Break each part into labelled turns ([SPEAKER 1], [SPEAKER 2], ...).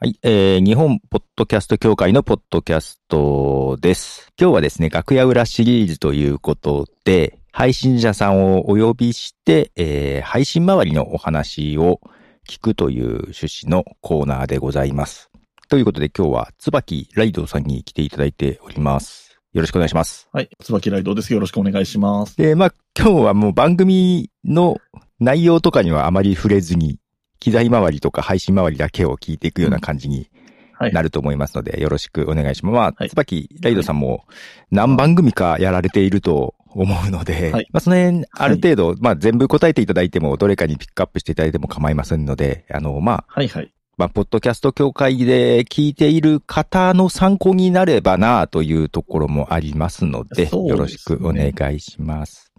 [SPEAKER 1] はい、えー、日本ポッドキャスト協会のポッドキャストです。今日はですね、楽屋裏シリーズということで、配信者さんをお呼びして、えー配信周りのお話を聞くという趣旨のコーナーでございます。ということで今日は椿ライドさんに来ていただいております。よろしくお願いします。
[SPEAKER 2] はい。椿ライドです。よろしくお願いします。
[SPEAKER 1] で、まあ、今日はもう番組の内容とかにはあまり触れずに、機材周りとか配信周りだけを聞いていくような感じに
[SPEAKER 2] はい
[SPEAKER 1] な。ると思いますので、よろしくお願いします。まあ、
[SPEAKER 2] はい
[SPEAKER 1] 椿ライドさんも何番組かやられていると思うので、
[SPEAKER 2] はい
[SPEAKER 1] まあ、その辺、ある程度、まあ、全部答えていただいても、どれかにピックアップしていただいても構いませんので、あの、まあ、
[SPEAKER 2] はいはい。
[SPEAKER 1] まあ、ポッドキャスト協会で聞いている方の参考になればなというところもありますので、
[SPEAKER 2] そうですね
[SPEAKER 1] よろしくお願いします。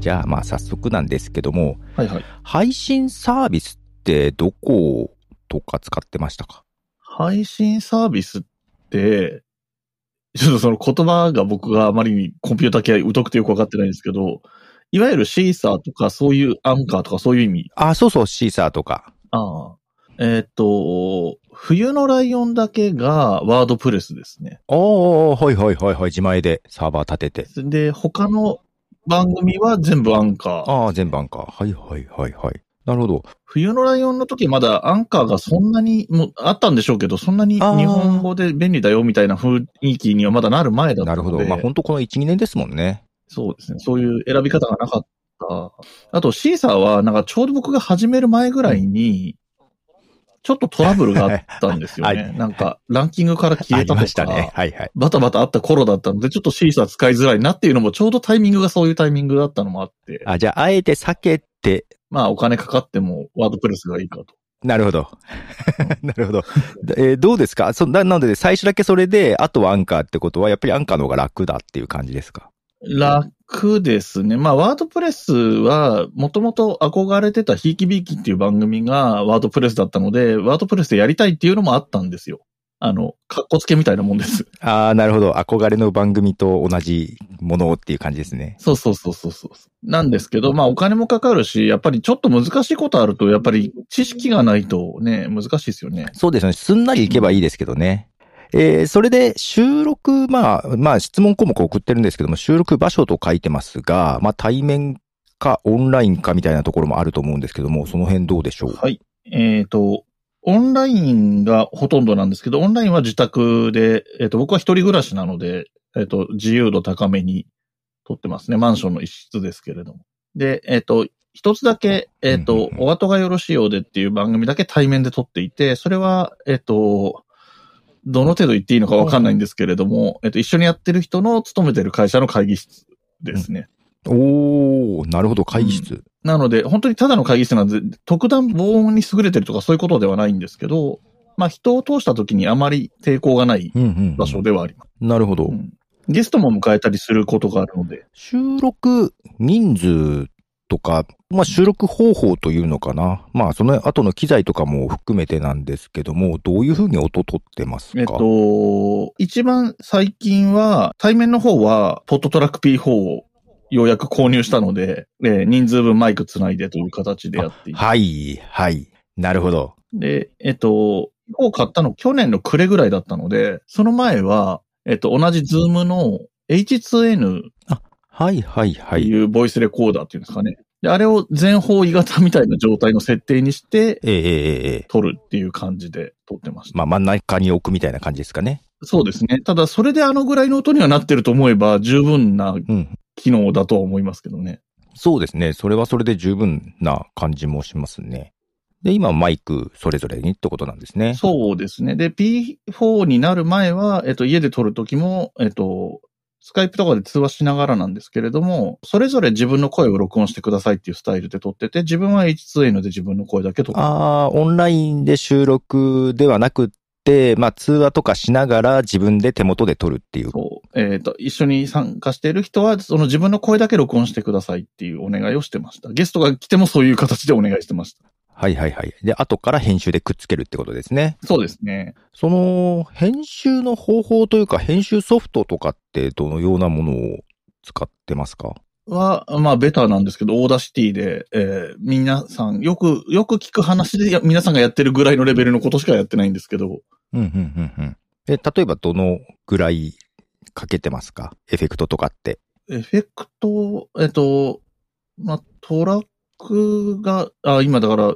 [SPEAKER 1] じゃあ、まあ、早速なんですけども、
[SPEAKER 2] はいはい。
[SPEAKER 1] 配信サービスってどことか使ってましたか
[SPEAKER 2] 配信サービスって、ちょっとその言葉が僕があまりにコンピューター系疎くてよくわかってないんですけど、いわゆるシーサーとかそういうアンカーとかそういう意味。
[SPEAKER 1] あ、そうそう、シーサーとか。
[SPEAKER 2] ああ。えーっと、冬のライオンだけがワードプレスですね。
[SPEAKER 1] おー、はいはいはいはい、自前でサーバー立てて。
[SPEAKER 2] で、他の番組は全部アンカー。
[SPEAKER 1] ああ、全版か。はいはいはいはい。なるほど。
[SPEAKER 2] 冬のライオンの時まだアンカーがそんなに、もうあったんでしょうけど、そんなに日
[SPEAKER 1] あー
[SPEAKER 2] 本語で便利だよみたいな雰囲気にはまだなる前だった
[SPEAKER 1] な
[SPEAKER 2] の
[SPEAKER 1] るほ
[SPEAKER 2] で。
[SPEAKER 1] ど。まあ本当この1、2年ですもんね。
[SPEAKER 2] そうですね。そういう選び方がなかった。あと、シーサーは、なんかちょうど僕が始める前ぐらいに、ちょっとトラブルがあったんです よ
[SPEAKER 1] は
[SPEAKER 2] ね。なんか、ランキングから消
[SPEAKER 1] あ
[SPEAKER 2] え
[SPEAKER 1] り
[SPEAKER 2] た
[SPEAKER 1] ま
[SPEAKER 2] と
[SPEAKER 1] した
[SPEAKER 2] か、
[SPEAKER 1] ね。はいはい。
[SPEAKER 2] バタバタあった頃だったので、ちょっとシーサー使いづらいなっていうのも、ちょうどタイミングがそういうタイミングだったのもあって、
[SPEAKER 1] あ、じゃあ、あえて避けて、
[SPEAKER 2] まあ、お金かかってもワードプレスがいいかと。
[SPEAKER 1] なるほ ど。なるほど。えーどうですかそななので、最初だけそれで、あとはアンカーってことは、やっぱりアンカーの方が楽だっていう感じですか
[SPEAKER 2] 楽ですね。まあ、ワードプレスは、もともと憧れてたひいきびいきっていう番組がワードプレスだったので、ワードプレスでやりたいっていうのもあったんですよ。あの、かっこつけみたいなもんです。
[SPEAKER 1] ああ、なるほど。憧れの番組と同じものっていう感じですね。
[SPEAKER 2] そうそうそうそうそう。なんですけど、まあ、お金もかかるし、やっぱりちょっと難しいことあると、やっぱり知識がないとね、難しいですよね。
[SPEAKER 1] そうですね。すんなりいけばいいですけどね。えーそれで収録、まあ、まあ質問項目送ってるんですけども、収録場所と書いてますが、まあ対面かオンラインかみたいなところもあると思うんですけども、その辺どうでしょう
[SPEAKER 2] はい。えっ、と、オンラインがほとんどなんですけど、オンラインは自宅で、えっ、と、僕は一人暮らしなので、えっ、と、自由度高めに取ってますね。マンションの一室ですけれども。で、えっ、と、一つだけ、えっ、
[SPEAKER 1] うんうん
[SPEAKER 2] と、
[SPEAKER 1] うん
[SPEAKER 2] お後がよろしいようでっていう番組だけ対面で撮っていて、それは、えっ、と、どの程度言っていいのかわかんないんですけれども、えっ、と、一緒にやってる人の勤めてる会社の会議室ですね。
[SPEAKER 1] おー、なるほど、会議室。
[SPEAKER 2] なので、本当にただの会議室なんで、特段防音に優れてるとかそういうことではないんですけど、まあ人を通した時にあまり抵抗がない
[SPEAKER 1] うん、うん、
[SPEAKER 2] 場所ではあります。
[SPEAKER 1] なるほど
[SPEAKER 2] う。んゲストも迎えたりすることがあるので、
[SPEAKER 1] 収録人数とか、まあ収録方法というのかな。まあその後の機材とかも含めてなんですけども、どういうふうに音取ってますか
[SPEAKER 2] えっと、一番最近は、対面の方は、ポットトラック P4 をようやく購入したので、えー人数分マイクつないでという形でやっていて、
[SPEAKER 1] はい、はい。なるほど。
[SPEAKER 2] で、えっと、を買ったの去年の暮れぐらいだったので、その前は、えっと、同じズームの H2N
[SPEAKER 1] はいはいは
[SPEAKER 2] って
[SPEAKER 1] い。
[SPEAKER 2] いうボイスレコーダーっていうんですかね。で、あれを全方位型みたいな状態の設定にして、
[SPEAKER 1] ええええええ
[SPEAKER 2] 撮るっていう感じで撮ってました。
[SPEAKER 1] まあ真ん中に置くみたいな感じですかね。
[SPEAKER 2] そうですね。ただ、それであのぐらいの音にはなってると思えば、十分な
[SPEAKER 1] うん。
[SPEAKER 2] 機能だとは思いますけどね。
[SPEAKER 1] そうですね。それはそれで十分な感じもしますね。で、今マイクそれぞれにってことなんですね。
[SPEAKER 2] そうですね。で、P4 になる前は、えっと、家で撮る時も、えっと、スカイプとかで通話しながらなんですけれども、それぞれ自分の声を録音してくださいっていうスタイルで撮ってて、自分は H2N で自分の声だけ撮って
[SPEAKER 1] ああ、オンラインで収録ではなくって、まあ通話とかしながら自分で手元で撮るっていう。
[SPEAKER 2] そう。えっ、と、一緒に参加している人は、その自分の声だけ録音してくださいっていうお願いをしてました。ゲストが来てもそういう形でお願いしてました。
[SPEAKER 1] はいはいはい。で、後から編集でくっつけるってことですね。
[SPEAKER 2] そうですね。
[SPEAKER 1] その、編集の方法というか、編集ソフトとかってどのようなものを使ってますか
[SPEAKER 2] は、まあ、ベターなんですけど、オーダーシティで、えー皆さん、よく、よく聞く話で、いや皆さんがやってるぐらいのレベルのことしかやってないんですけど、
[SPEAKER 1] うんうんうんうん。え、例えばどのぐらいかけてますかエフェクトとかって。
[SPEAKER 2] エフェクト、えっと、まあ、トラックが、あ、今だから、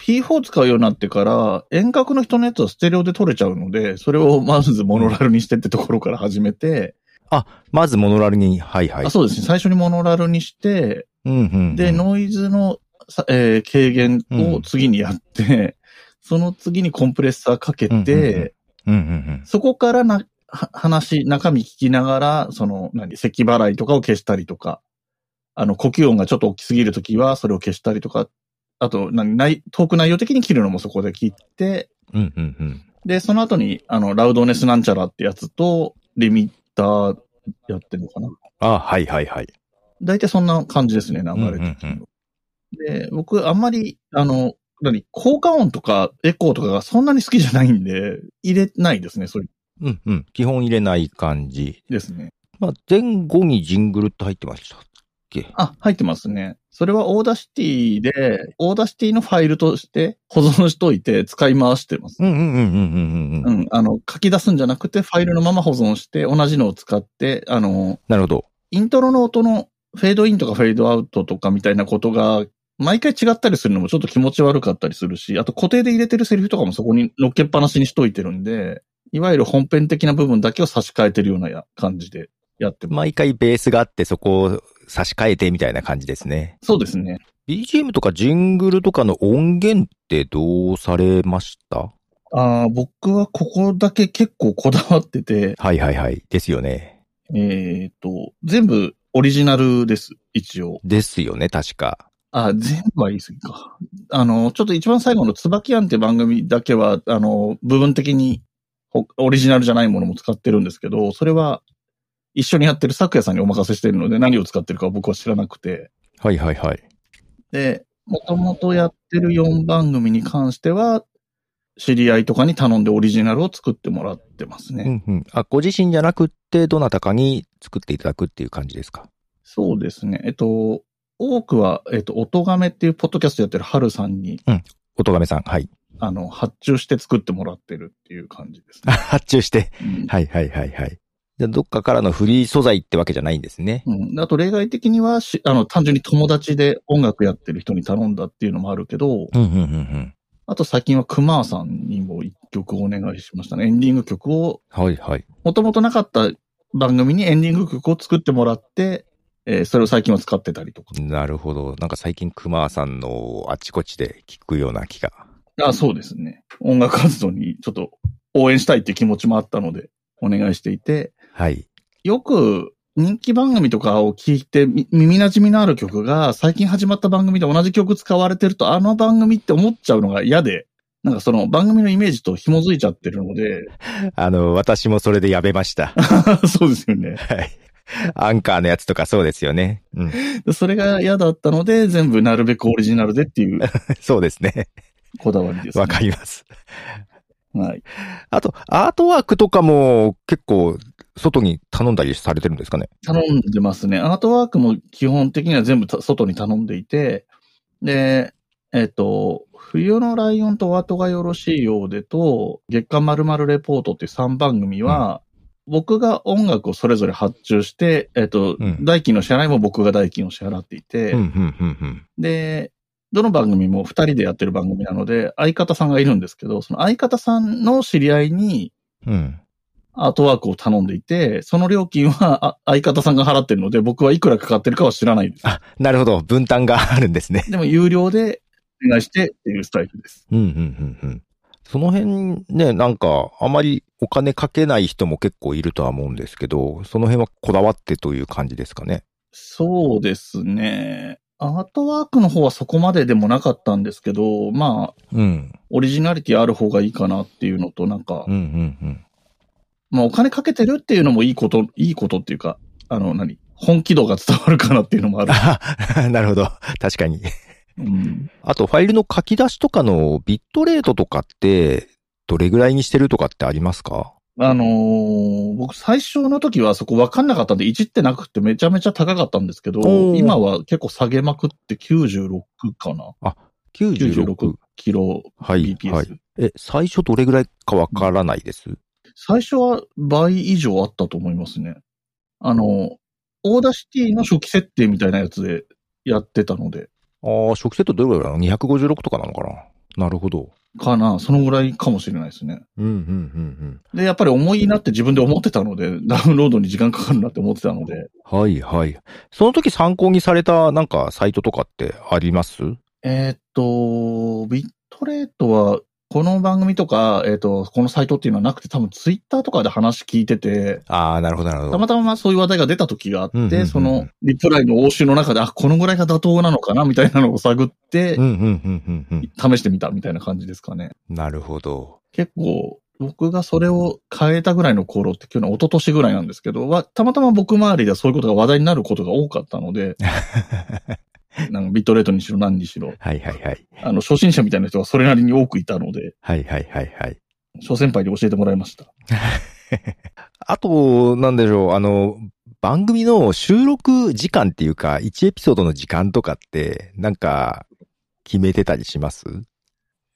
[SPEAKER 2] P4 使うようになってから、遠隔の人のやつはステレオで取れちゃうので、それをまずモノラルにしてってところから始めて、
[SPEAKER 1] まずモノラルに、はいはい。
[SPEAKER 2] あそうですね、最初にモノラルにして、
[SPEAKER 1] うんうんうん。
[SPEAKER 2] で、ノイズのさ、えー軽減を次にやって、その次にコンプレッサーかけて、
[SPEAKER 1] うんうんうんうんうんうん。
[SPEAKER 2] そこからな、は話、中身聞きながら、その、何、咳払いとかを消したりとか、あの、呼吸音がちょっと大きすぎるときは、それを消したりとか、あと、何、ない、トーク内容的に切るのもそこで切って、
[SPEAKER 1] うんうんうん。
[SPEAKER 2] で、その後に、あの、ラウドネスなんちゃらってやつと、リミッターやってるのかな。
[SPEAKER 1] あ、はいはいはい。
[SPEAKER 2] 大体そんな感じですね、流れてる
[SPEAKER 1] うん
[SPEAKER 2] で、僕、あんまり、あの、何、効果音とかエコーとかがそんなに好きじゃないんで、入れないですね、そういう
[SPEAKER 1] うんうん。基本入れない感じ。
[SPEAKER 2] ですね。
[SPEAKER 1] まあ、前後にジングルって入ってましたっけ
[SPEAKER 2] あ、入ってますね。それはオーダーシティで、オーダーシティのファイルとして保存しといて使い回してます。
[SPEAKER 1] うんうんうんうんうんう。
[SPEAKER 2] うんん。あの、書き出すんじゃなくて、ファイルのまま保存して、同じのを使って、あの、
[SPEAKER 1] なるほど。
[SPEAKER 2] イントロの音のフェードインとかフェードアウトとかみたいなことが、毎回違ったりするのもちょっと気持ち悪かったりするし、あと固定で入れてるセリフとかもそこに乗っけっぱなしにしといてるんで、いわゆる本編的な部分だけを差し替えてるようなや感じでやってます。
[SPEAKER 1] 毎回ベースがあってそこを差し替えてみたいな感じですね。
[SPEAKER 2] そうですね。
[SPEAKER 1] BGM とかジングルとかの音源ってどうされました
[SPEAKER 2] ああ、僕はここだけ結構こだわってて、
[SPEAKER 1] はいはいはい。ですよね。
[SPEAKER 2] えっ、と、全部オリジナルです、一応。
[SPEAKER 1] ですよね、確か。
[SPEAKER 2] あ、全部は言い過ぎか。あの、ちょっと一番最後の椿庵って番組だけは、あの、部分的にほオリジナルじゃないものも使ってるんですけど、それは一緒にやってる昨夜さんにお任せしてるので、何を使ってるかは僕は知らなくて。
[SPEAKER 1] はいはいはい。
[SPEAKER 2] で、もともとやってる4番組に関しては、知り合いとかに頼んでオリジナルを作ってもらってますね。
[SPEAKER 1] うんうん。あ、ご自身じゃなくって、どなたかに作っていただくっていう感じですか。
[SPEAKER 2] そうですね。えっと、多くは、えっと、音亀っていうポッドキャストやってるハルさんに、
[SPEAKER 1] 音亀さん、はい。
[SPEAKER 2] あの、発注して作ってもらってるっていう感じですね。
[SPEAKER 1] 発注して。
[SPEAKER 2] うん
[SPEAKER 1] はいはいはいはい。じゃあどっかからのフリー素材ってわけじゃないんですね。
[SPEAKER 2] うん、あと例外的にはし、あの、単純に友達で音楽やってる人に頼んだっていうのもあるけど、
[SPEAKER 1] うんうんうんうん。
[SPEAKER 2] あと最近はクマーさんにも一曲お願いしましたね。エンディング曲を、
[SPEAKER 1] はいはい。
[SPEAKER 2] もともとなかった番組にエンディング曲を作ってもらって、えーそれを最近は使ってたりとか。
[SPEAKER 1] なるほど。なんか最近熊さんのあちこちで聞くような気が。
[SPEAKER 2] あ、そうですね。音楽活動にちょっと応援したいっていう気持ちもあったので、お願いしていて、
[SPEAKER 1] はい。
[SPEAKER 2] よく人気番組とかを聞いてみ耳馴染みのある曲が最近始まった番組で同じ曲使われてるとあの番組って思っちゃうのが嫌で、なんかその番組のイメージと紐づいちゃってるので、
[SPEAKER 1] あの、私もそれでやめました。
[SPEAKER 2] そうですよね。
[SPEAKER 1] はい。アンカーのやつとかそうですよね。 うん。
[SPEAKER 2] それが嫌だったので、全部なるべくオリジナルでっていう
[SPEAKER 1] そうですね。
[SPEAKER 2] こだわりです、ね。
[SPEAKER 1] わかります。
[SPEAKER 2] はい。
[SPEAKER 1] あと、アートワークとかも結構外に頼んだりされてるんですかね。
[SPEAKER 2] 頼んでますね。アートワークも基本的には全部た外に頼んでいて、で、えっ、と、冬のライオンとお後がよろしいようでと、月刊まるレポートっていう3番組は、僕が音楽をそれぞれ発注して、えっ、と、
[SPEAKER 1] うん
[SPEAKER 2] 代金の支払いも僕が代金を支払っていて、
[SPEAKER 1] うん、うん、うん、うん。
[SPEAKER 2] で、どの番組も2人でやってる番組なので、相方さんがいるんですけど、その相方さんの知り合いに、
[SPEAKER 1] うん。
[SPEAKER 2] アートワークを頼んでいて、その料金はあ相方さんが払ってるので、僕はいくらかかってるかは知らないです。
[SPEAKER 1] あ、なるほど。分担があるんですね。
[SPEAKER 2] でも有料でお願いしてっていうスタイルです。
[SPEAKER 1] うん、うん、うん、うん。その辺ね、なんか、あまりお金かけない人も結構いるとは思うんですけど、その辺はこだわってという感じですかね。
[SPEAKER 2] そうですね。アートワークの方はそこまででもなかったんですけど、まあ、
[SPEAKER 1] うん。
[SPEAKER 2] オリジナリティある方がいいかなっていうのと、なんか
[SPEAKER 1] うん、、うん、
[SPEAKER 2] まあお金かけてるっていうのもいいこと、いいことっていうか、あの、何本気度が伝わるかなっていうのもあ
[SPEAKER 1] うん。
[SPEAKER 2] る。
[SPEAKER 1] あなるほど。確かに。
[SPEAKER 2] うん。
[SPEAKER 1] あと、ファイルの書き出しとかのビットレートとかって、どれぐらいにしてるとかってありますか
[SPEAKER 2] あのー僕最初の時はそこ分かんなかったんで、いじってなくてめちゃめちゃ高かったんですけど
[SPEAKER 1] お、ー
[SPEAKER 2] 今は結構下げまくって96かな
[SPEAKER 1] ?96。
[SPEAKER 2] 96キロ
[SPEAKER 1] はい、
[SPEAKER 2] BPS。
[SPEAKER 1] はい。え、最初どれぐらいかわからないです。
[SPEAKER 2] 最初は倍以上あったと思いますね。あの、オーダーシティの初期設定みたいなやつでやってたので、
[SPEAKER 1] ああ、初期セットどれぐらいなの ?256 とかなのかななるほど。
[SPEAKER 2] かな、そのぐらいかもしれないですね。
[SPEAKER 1] うん、うん、うん、
[SPEAKER 2] で、やっぱり重いなって自分で思ってたので、ダウンロードに時間かかるなって思ってたので、
[SPEAKER 1] うん。はい、はい。その時参考にされたなんかサイトとかってあります
[SPEAKER 2] えーっと、ビットレートは、この番組とか、えーっと、このサイトっていうのはなくて、多分ツイッターとかで話聞いてて、
[SPEAKER 1] ああ、なるほど、なるほ
[SPEAKER 2] たまたまそういう話題が出た時があって、
[SPEAKER 1] うんうんうん
[SPEAKER 2] そのリプライの応酬の中で、あ、このぐらいが妥当なのかなみたいなのを探って、
[SPEAKER 1] うん、うん、うん、うん、うん。
[SPEAKER 2] 試してみたみたいな感じですかね。
[SPEAKER 1] なるほど。
[SPEAKER 2] 結構、僕がそれを変えたぐらいの頃って、去年、一昨年ぐらいなんですけど、は、たまたま僕周りではそういうことが話題になることが多かったの で、なんかビットレートにしろ何にしろ、
[SPEAKER 1] はい、はい、はい。
[SPEAKER 2] あの、初心者みたいな人がそれなりに多くいたので、
[SPEAKER 1] はい、はい、はい、はい。
[SPEAKER 2] 諸先輩に教えてもらいました。
[SPEAKER 1] あと、なんでしょう、あの、番組の収録時間っていうか、1エピソードの時間とかって、なんか、決めてたりします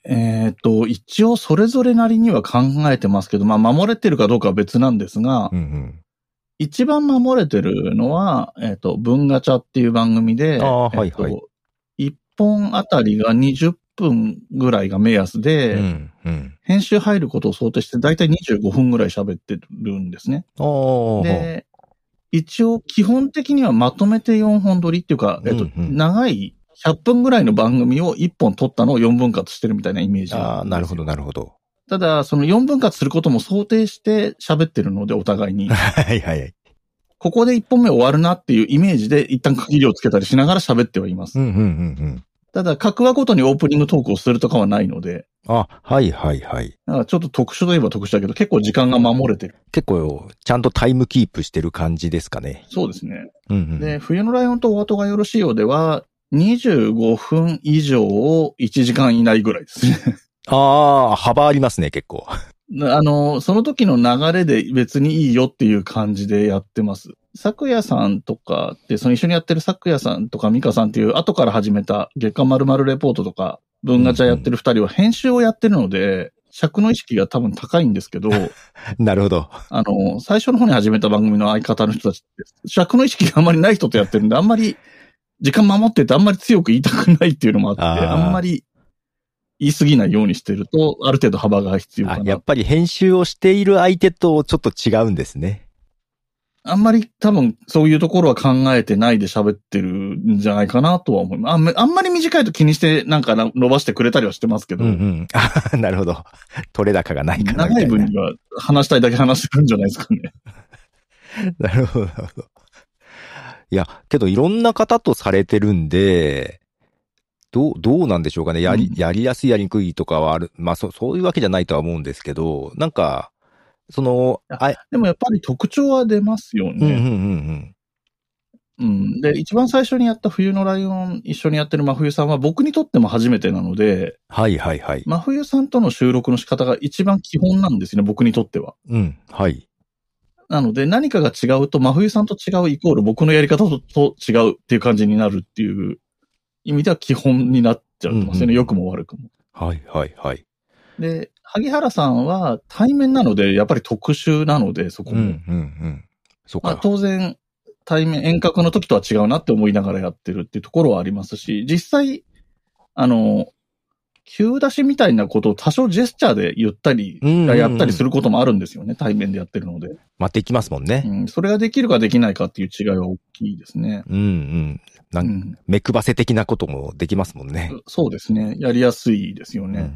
[SPEAKER 2] えっ、と、一応それぞれなりには考えてますけど、まあ、守れてるかどうかは別なんですが、
[SPEAKER 1] うん
[SPEAKER 2] 一番守れてるのは、えっ、と、文ガチャっていう番組で、
[SPEAKER 1] あー
[SPEAKER 2] えっと
[SPEAKER 1] はいは
[SPEAKER 2] 一本あたりが20分ぐらいが目安
[SPEAKER 1] う
[SPEAKER 2] で、
[SPEAKER 1] ん。うん、うん。
[SPEAKER 2] 編集入ることを想定して、だいたい25分ぐらい喋ってるんですね。
[SPEAKER 1] ああ、
[SPEAKER 2] で、一応基本的にはまとめて4本撮りっていうか、えっ、と、
[SPEAKER 1] うんうん
[SPEAKER 2] 長い100分ぐらいの番組を1本撮ったのを4分割してるみたいなイメージ
[SPEAKER 1] ああ、
[SPEAKER 2] んですよ
[SPEAKER 1] なるほど、なるほど。
[SPEAKER 2] ただ、その4分割することも想定して喋ってるので、お 互いに。
[SPEAKER 1] はい、はい、はい。
[SPEAKER 2] ここで一本目終わるなっていうイメージで一旦区切りをつけたりしながら喋ってはいま
[SPEAKER 1] う
[SPEAKER 2] す。
[SPEAKER 1] ん、うん、うん、うん。
[SPEAKER 2] ただ、各話ごとにオープニングトークをするとかはないので、
[SPEAKER 1] あ、はい、はい、はい。
[SPEAKER 2] だからちょっと特殊といえば特殊だけど、結構時間が守れてる。
[SPEAKER 1] 結構、ちゃんとタイムキープしてる感じですかね。
[SPEAKER 2] そうですね。
[SPEAKER 1] うん、うん。
[SPEAKER 2] で、冬のライオンとお後がよろしいようでは、25分以上を1時間以内ぐらいですね。
[SPEAKER 1] ああ、幅ありますね、結構。
[SPEAKER 2] あの、その時の流れで別にいいよっていう感じでやってます。昨夜さんとかって、その一緒にやってる昨夜さんとかミカさんっていう後から始めた月間〇〇レポートとか、文ガチャやってる二人は編集をやってるので、尺の意識が多分高いんです けど、
[SPEAKER 1] なるほど。
[SPEAKER 2] あの、最初の方に始めた番組の相方の人たちって、尺の意識があんまりない人とやってるんで、あんまり、時間守っててあんまり強く言いたくないっていうのもあって、
[SPEAKER 1] あー
[SPEAKER 2] あんまり言い過ぎないようにしてると、ある程度幅が必要か
[SPEAKER 1] あ
[SPEAKER 2] な
[SPEAKER 1] やっぱり編集をしている相手とちょっと違うんですね。
[SPEAKER 2] あんまり多分そういうところは考えてないで喋ってるんじゃないかなとは思います。あんまあんまり短いと気にしてなんかな伸ばしてくれたりはしてますけど、
[SPEAKER 1] うん、うん。あなるほど。取れ高がないかなみ
[SPEAKER 2] 長
[SPEAKER 1] たい
[SPEAKER 2] い
[SPEAKER 1] な。
[SPEAKER 2] 分には話したいだけ話してるんじゃないですかね。
[SPEAKER 1] なるほど、なるほど。いや、けどいろんな方とされてるんで、どう、どうなんでしょうかね。やり、
[SPEAKER 2] うん
[SPEAKER 1] やりやすい、やりにくいとかはある。まあ、そ、そういうわけじゃないとは思うんですけど、なんか、その、あ、
[SPEAKER 2] でもやっぱり特徴は出ますよ
[SPEAKER 1] うん、うん、うん、
[SPEAKER 2] ね。
[SPEAKER 1] うん。
[SPEAKER 2] うんで、一番最初にやった冬のライオン一緒にやってる真冬さんは僕にとっても初めてなので、
[SPEAKER 1] はい、はい、はい。
[SPEAKER 2] 真冬さんとの収録の仕方が一番基本なんですね、僕にとっては。
[SPEAKER 1] うん、はい。
[SPEAKER 2] なので何かが違うと、真冬さんと違うイコール僕のやり方とと違うっていう感じになるっていう意味では基本になっちゃってます
[SPEAKER 1] う
[SPEAKER 2] よ
[SPEAKER 1] んう
[SPEAKER 2] ね。
[SPEAKER 1] ん
[SPEAKER 2] 良、くも悪くも。
[SPEAKER 1] はい、はい、はい。
[SPEAKER 2] で、萩原さんは対面なので、やっぱり特殊なので、そこ
[SPEAKER 1] うん、
[SPEAKER 2] も。
[SPEAKER 1] うん、うん。そっ
[SPEAKER 2] ま
[SPEAKER 1] か。
[SPEAKER 2] あ当然、対面、遠隔の時とは違うなって思いながらやってるっていうところはありますし、実際、あの、急出しみたいなことを多少ジェスチャーで言ったり、
[SPEAKER 1] うんうんうん
[SPEAKER 2] やったりすることもあるんですよね、対面でやってるので。
[SPEAKER 1] まあ、できますもん
[SPEAKER 2] う
[SPEAKER 1] ね。
[SPEAKER 2] ん、それができるかできないかっていう違いは大きいですね。
[SPEAKER 1] うん、うん。な
[SPEAKER 2] うんん、
[SPEAKER 1] 目くばせ的なこともできますもんね。
[SPEAKER 2] そうですね。やりやすいですよ
[SPEAKER 1] うん、うん、
[SPEAKER 2] ね。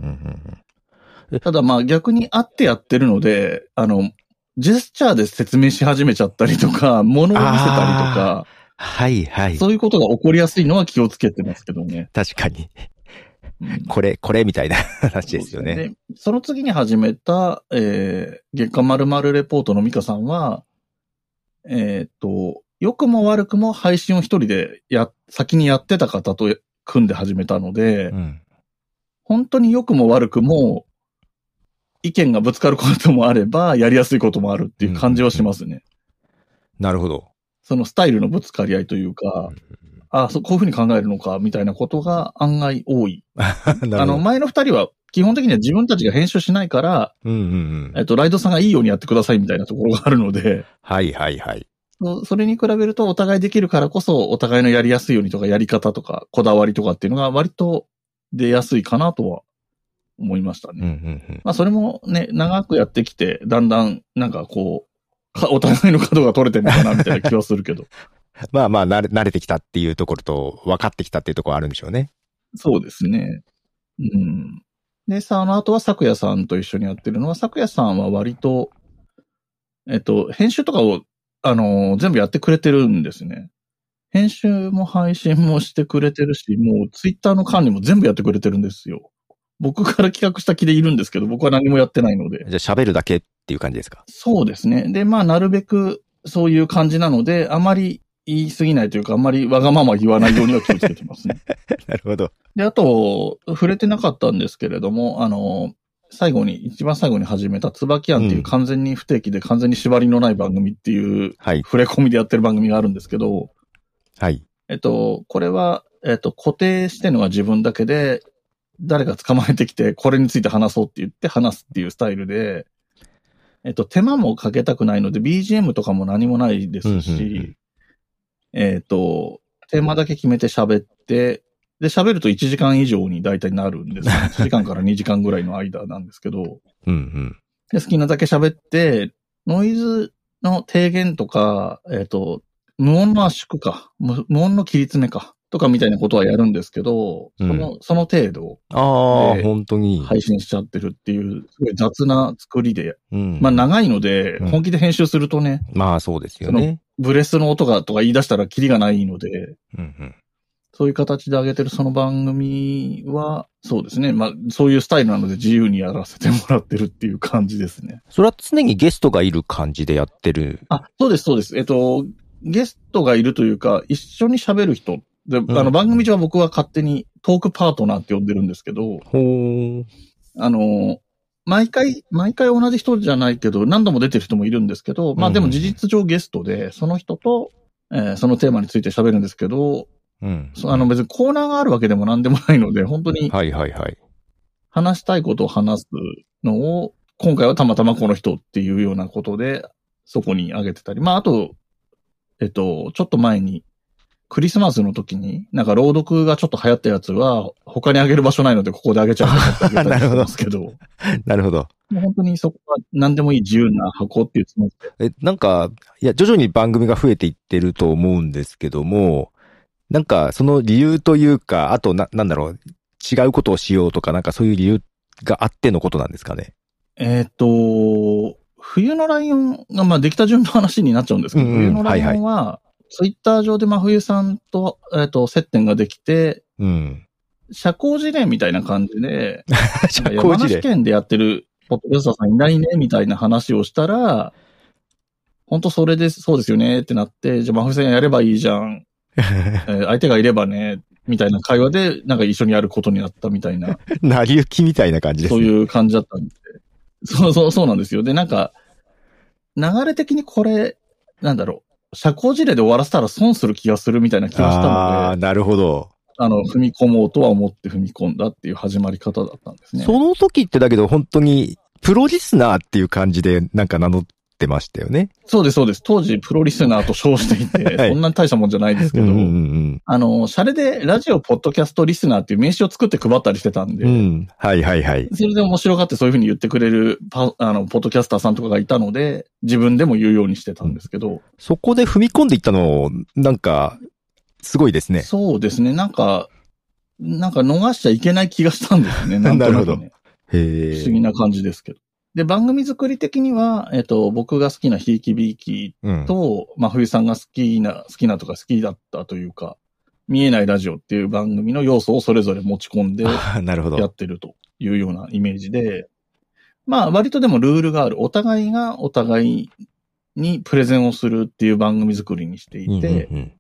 [SPEAKER 1] うん。
[SPEAKER 2] ただまあ逆に会ってやってるので、あの、ジェスチャーで説明し始めちゃったりとか、物を見せたりとか、
[SPEAKER 1] はい、はい。
[SPEAKER 2] そういうことが起こりやすいのは気をつけてますけどね。
[SPEAKER 1] 確かに。
[SPEAKER 2] うん
[SPEAKER 1] これ、これみたいな 話ですよね。。
[SPEAKER 2] でその次に始めた、えー、月刊〇〇レポートのミカさんは、えーっと、良くも悪くも配信を一人でや、先にやってた方と組んで始めたので、
[SPEAKER 1] うん。
[SPEAKER 2] 本当に良くも悪くも、意見がぶつかることもあれば、やりやすいこともあるっていう感じはしますね。
[SPEAKER 1] なるほど。
[SPEAKER 2] そのスタイルのぶつかり合いというか、あそうこういうふうに考えるのか、みたいなことが案外多い。
[SPEAKER 1] な
[SPEAKER 2] あ
[SPEAKER 1] るほ
[SPEAKER 2] の、
[SPEAKER 1] ど。
[SPEAKER 2] 前の二人は基本的には自分たちが編集しないから、
[SPEAKER 1] うんうんう
[SPEAKER 2] え
[SPEAKER 1] ん。
[SPEAKER 2] っと、ライドさんがいいようにやってくださいみたいなところがあるので、
[SPEAKER 1] はいはいはい。
[SPEAKER 2] そうそれに比べるとお互いできるからこそ、お互いのやりやすいようにとか、やり方とか、こだわりとかっていうのが割と出やすいかなとは思いましたね。
[SPEAKER 1] うんうんうん。
[SPEAKER 2] まあ、それもね、長くやってきて、だんだん、なんかこう、かお互いの角が取れてるのかな、みたいな気はするけど。
[SPEAKER 1] まあまあ、慣れ慣れてきたっていうところと、分かってきたっていうところあるんでしょうね。
[SPEAKER 2] そうですね。うん。で、さ、あの後は昨夜さんと一緒にやってるのは、昨夜さんは割と、えっと、編集とかを、あのー全部やってくれてるんですね。編集も配信もしてくれてるし、もうツイッターの管理も全部やってくれてるんですよ。僕から企画した気でいるんですけど、僕は何もやってないので。
[SPEAKER 1] じゃあ喋るだけっていう感じです か。
[SPEAKER 2] そうですね。で、まあ、なるべくそういう感じなので、あまり言い過ぎないというか、あまりわがまま言わないようには気をつけてますね。
[SPEAKER 1] なるほど。
[SPEAKER 2] で、あと、触れてなかったんですけれども、あの、最後に、一番最後に始めた、椿庵っていううん完全に不定期で完全に縛りのない番組っていう、
[SPEAKER 1] はい。
[SPEAKER 2] 触れ込みでやってる番組があるんですけど、
[SPEAKER 1] はい。
[SPEAKER 2] えっと、これは、えっと、固定してるのが自分だけで、誰か捕まえてきて、これについて話そうって言って話すっていうスタイルで、えっと、手間もかけたくないので、BGM とかも何もないですし、
[SPEAKER 1] うんうんうん
[SPEAKER 2] えっと、テーマだけ決めて喋って、で、喋ると1時間以上に大体なるんですよ。1時間から2時間ぐらいの間なんですけど、
[SPEAKER 1] うんうん。
[SPEAKER 2] で、好きなだけ喋って、ノイズの低減とか、えっ、と、無音の圧縮か、無無音の切り詰めか、とかみたいなことはやるんですけど、その、その程度
[SPEAKER 1] ああ、
[SPEAKER 2] えー
[SPEAKER 1] 本当に。
[SPEAKER 2] 配信しちゃってるっていう、すごい雑な作りで、
[SPEAKER 1] うん。
[SPEAKER 2] まあ長いので、
[SPEAKER 1] うん
[SPEAKER 2] 本気で編集するとね、
[SPEAKER 1] まあそうですよね。
[SPEAKER 2] ブレスの音がとか言い出したらキリがないので、
[SPEAKER 1] うんうん。
[SPEAKER 2] そういう形で上げてるその番組は、そうですね。まあ、そういうスタイルなので自由にやらせてもらってるっていう感じですね。
[SPEAKER 1] それは常にゲストがいる感じでやってる。
[SPEAKER 2] あ、そうです、そうです。えっと、ゲストがいるというか、一緒に喋る人。で、
[SPEAKER 1] ん
[SPEAKER 2] あの、番組上は僕は勝手にトークパートナーって呼んでるんですけど、
[SPEAKER 1] ほー。
[SPEAKER 2] あの、毎回、毎回同じ人じゃないけど、何度も出てる人もいるんですけど、まあ
[SPEAKER 1] うん
[SPEAKER 2] でも事実上ゲストで、その人と、えーそのテーマについて喋るんですけど、
[SPEAKER 1] うん。
[SPEAKER 2] そあの別にコーナーがあるわけでも何でもないので、本当に
[SPEAKER 1] はいはい はい。
[SPEAKER 2] 話したいことを話すのを、今回はたまたまこの人っていうようなことで、そこに上げてたり。まあ、あと、えっと、ちょっと前に、クリスマスの時に、なんか朗読がちょっと流行ったやつは、他にあげる場所ないので、ここであげちゃうと思ってあげたりしてますけど、も
[SPEAKER 1] なるほど。
[SPEAKER 2] う本当にそこは何でもいい自由な箱っていうつもりで。
[SPEAKER 1] え、なんか、いや、徐々に番組が増えていってると思うんですけども、なんか、その理由というか、あと、な、なんだろう、違うことをしようとか、なんかそういう理由があってのことなんですかね。
[SPEAKER 2] えっと、冬のライオンが、まあ、できた順の話になっちゃうんですけど、
[SPEAKER 1] うんうん
[SPEAKER 2] 冬のライオンは、ツイッター上で真冬さんと、えっと、接点ができて、
[SPEAKER 1] うん。
[SPEAKER 2] 社交辞令みたいな感 じで、
[SPEAKER 1] 社
[SPEAKER 2] なんか
[SPEAKER 1] 交
[SPEAKER 2] 山
[SPEAKER 1] 辞
[SPEAKER 2] 梨
[SPEAKER 1] 令。
[SPEAKER 2] 県でやってるポッドキャスターさんいないね、みたいな話をしたら、本当それで、そうですよね、ってなって、じゃあ、真冬さんやればいいじゃん、えー相手がいればね、みたいな会話で、なんか一緒にやることになったみたいな、
[SPEAKER 1] 成り行きみたいな感じです、
[SPEAKER 2] そう
[SPEAKER 1] ね。う。
[SPEAKER 2] いう感じだったんで。そうそう、そうなんですよ。で、なんか、流れ的にこれ、なんだろう、社交辞令で終わらせたら損する気がするみたいな気がした
[SPEAKER 1] あ
[SPEAKER 2] の
[SPEAKER 1] あ、
[SPEAKER 2] で、
[SPEAKER 1] なるほど。
[SPEAKER 2] あの、踏み込もうとは思って踏み込んだっていう始まり方だったんですね。
[SPEAKER 1] その時ってだけど、本当に、プロリスナーっていう感じで、なんか名乗ってましたよね。
[SPEAKER 2] そうです、そうです。当時、プロリスナーと称していて、
[SPEAKER 1] はい
[SPEAKER 2] そんなに大したもんじゃないんですけ
[SPEAKER 1] う
[SPEAKER 2] ど、
[SPEAKER 1] んうん
[SPEAKER 2] あの、シャレでラジオ、ポッドキャストリスナーっていう名刺を作って配ったりしてたんで、
[SPEAKER 1] うん。うん。はいはいはい。
[SPEAKER 2] それで面白がってそういうふうに言ってくれるパ、あの、ポッドキャスターさんとかがいたので、自分でも言うようにしてたんですけど、
[SPEAKER 1] そこで踏み込んでいったの、なんか、すごいですね。
[SPEAKER 2] そうですね、なんか、なんか逃しちゃいけない気がしたんですね、なんと
[SPEAKER 1] な
[SPEAKER 2] な
[SPEAKER 1] るほ
[SPEAKER 2] く
[SPEAKER 1] ど
[SPEAKER 2] ね。
[SPEAKER 1] へえ。
[SPEAKER 2] 不思議な感じですけど。で、番組作り的には、えっと、僕が好きなひいきびいき
[SPEAKER 1] うん。
[SPEAKER 2] と、まあ、冬さんが好きな、好きなとか好きだったというか、見えないラジオっていう番組の要素をそれぞれ持ち込んでや
[SPEAKER 1] あーなるほ
[SPEAKER 2] っ
[SPEAKER 1] ど。
[SPEAKER 2] てるというようなイメージで、まあ、割とでもルールがある。お互いがお互いにプレゼンをするっていう番組作りにしていて、
[SPEAKER 1] うんうんうん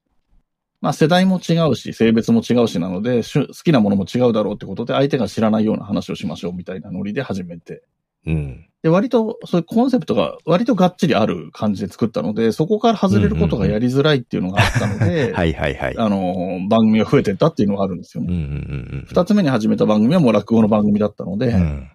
[SPEAKER 2] ままあ世代も違うし、性別も違うしなので、しゅ好きなものも違うだろうってことで、相手が知らないような話をしましょうみたいなノリで始めて。
[SPEAKER 1] うん。
[SPEAKER 2] で、割と、そういうコンセプトが割とがっちりある感じで作ったので、そこから外れることがやりづらいっていうのがあったので、
[SPEAKER 1] はいはいはい。
[SPEAKER 2] あの、番組が増えてったっていうのがあるんですよ
[SPEAKER 1] うんう
[SPEAKER 2] ね。
[SPEAKER 1] んうん
[SPEAKER 2] 二つ目に始めた番組はもう落語の番組だったので、
[SPEAKER 1] うん。うん。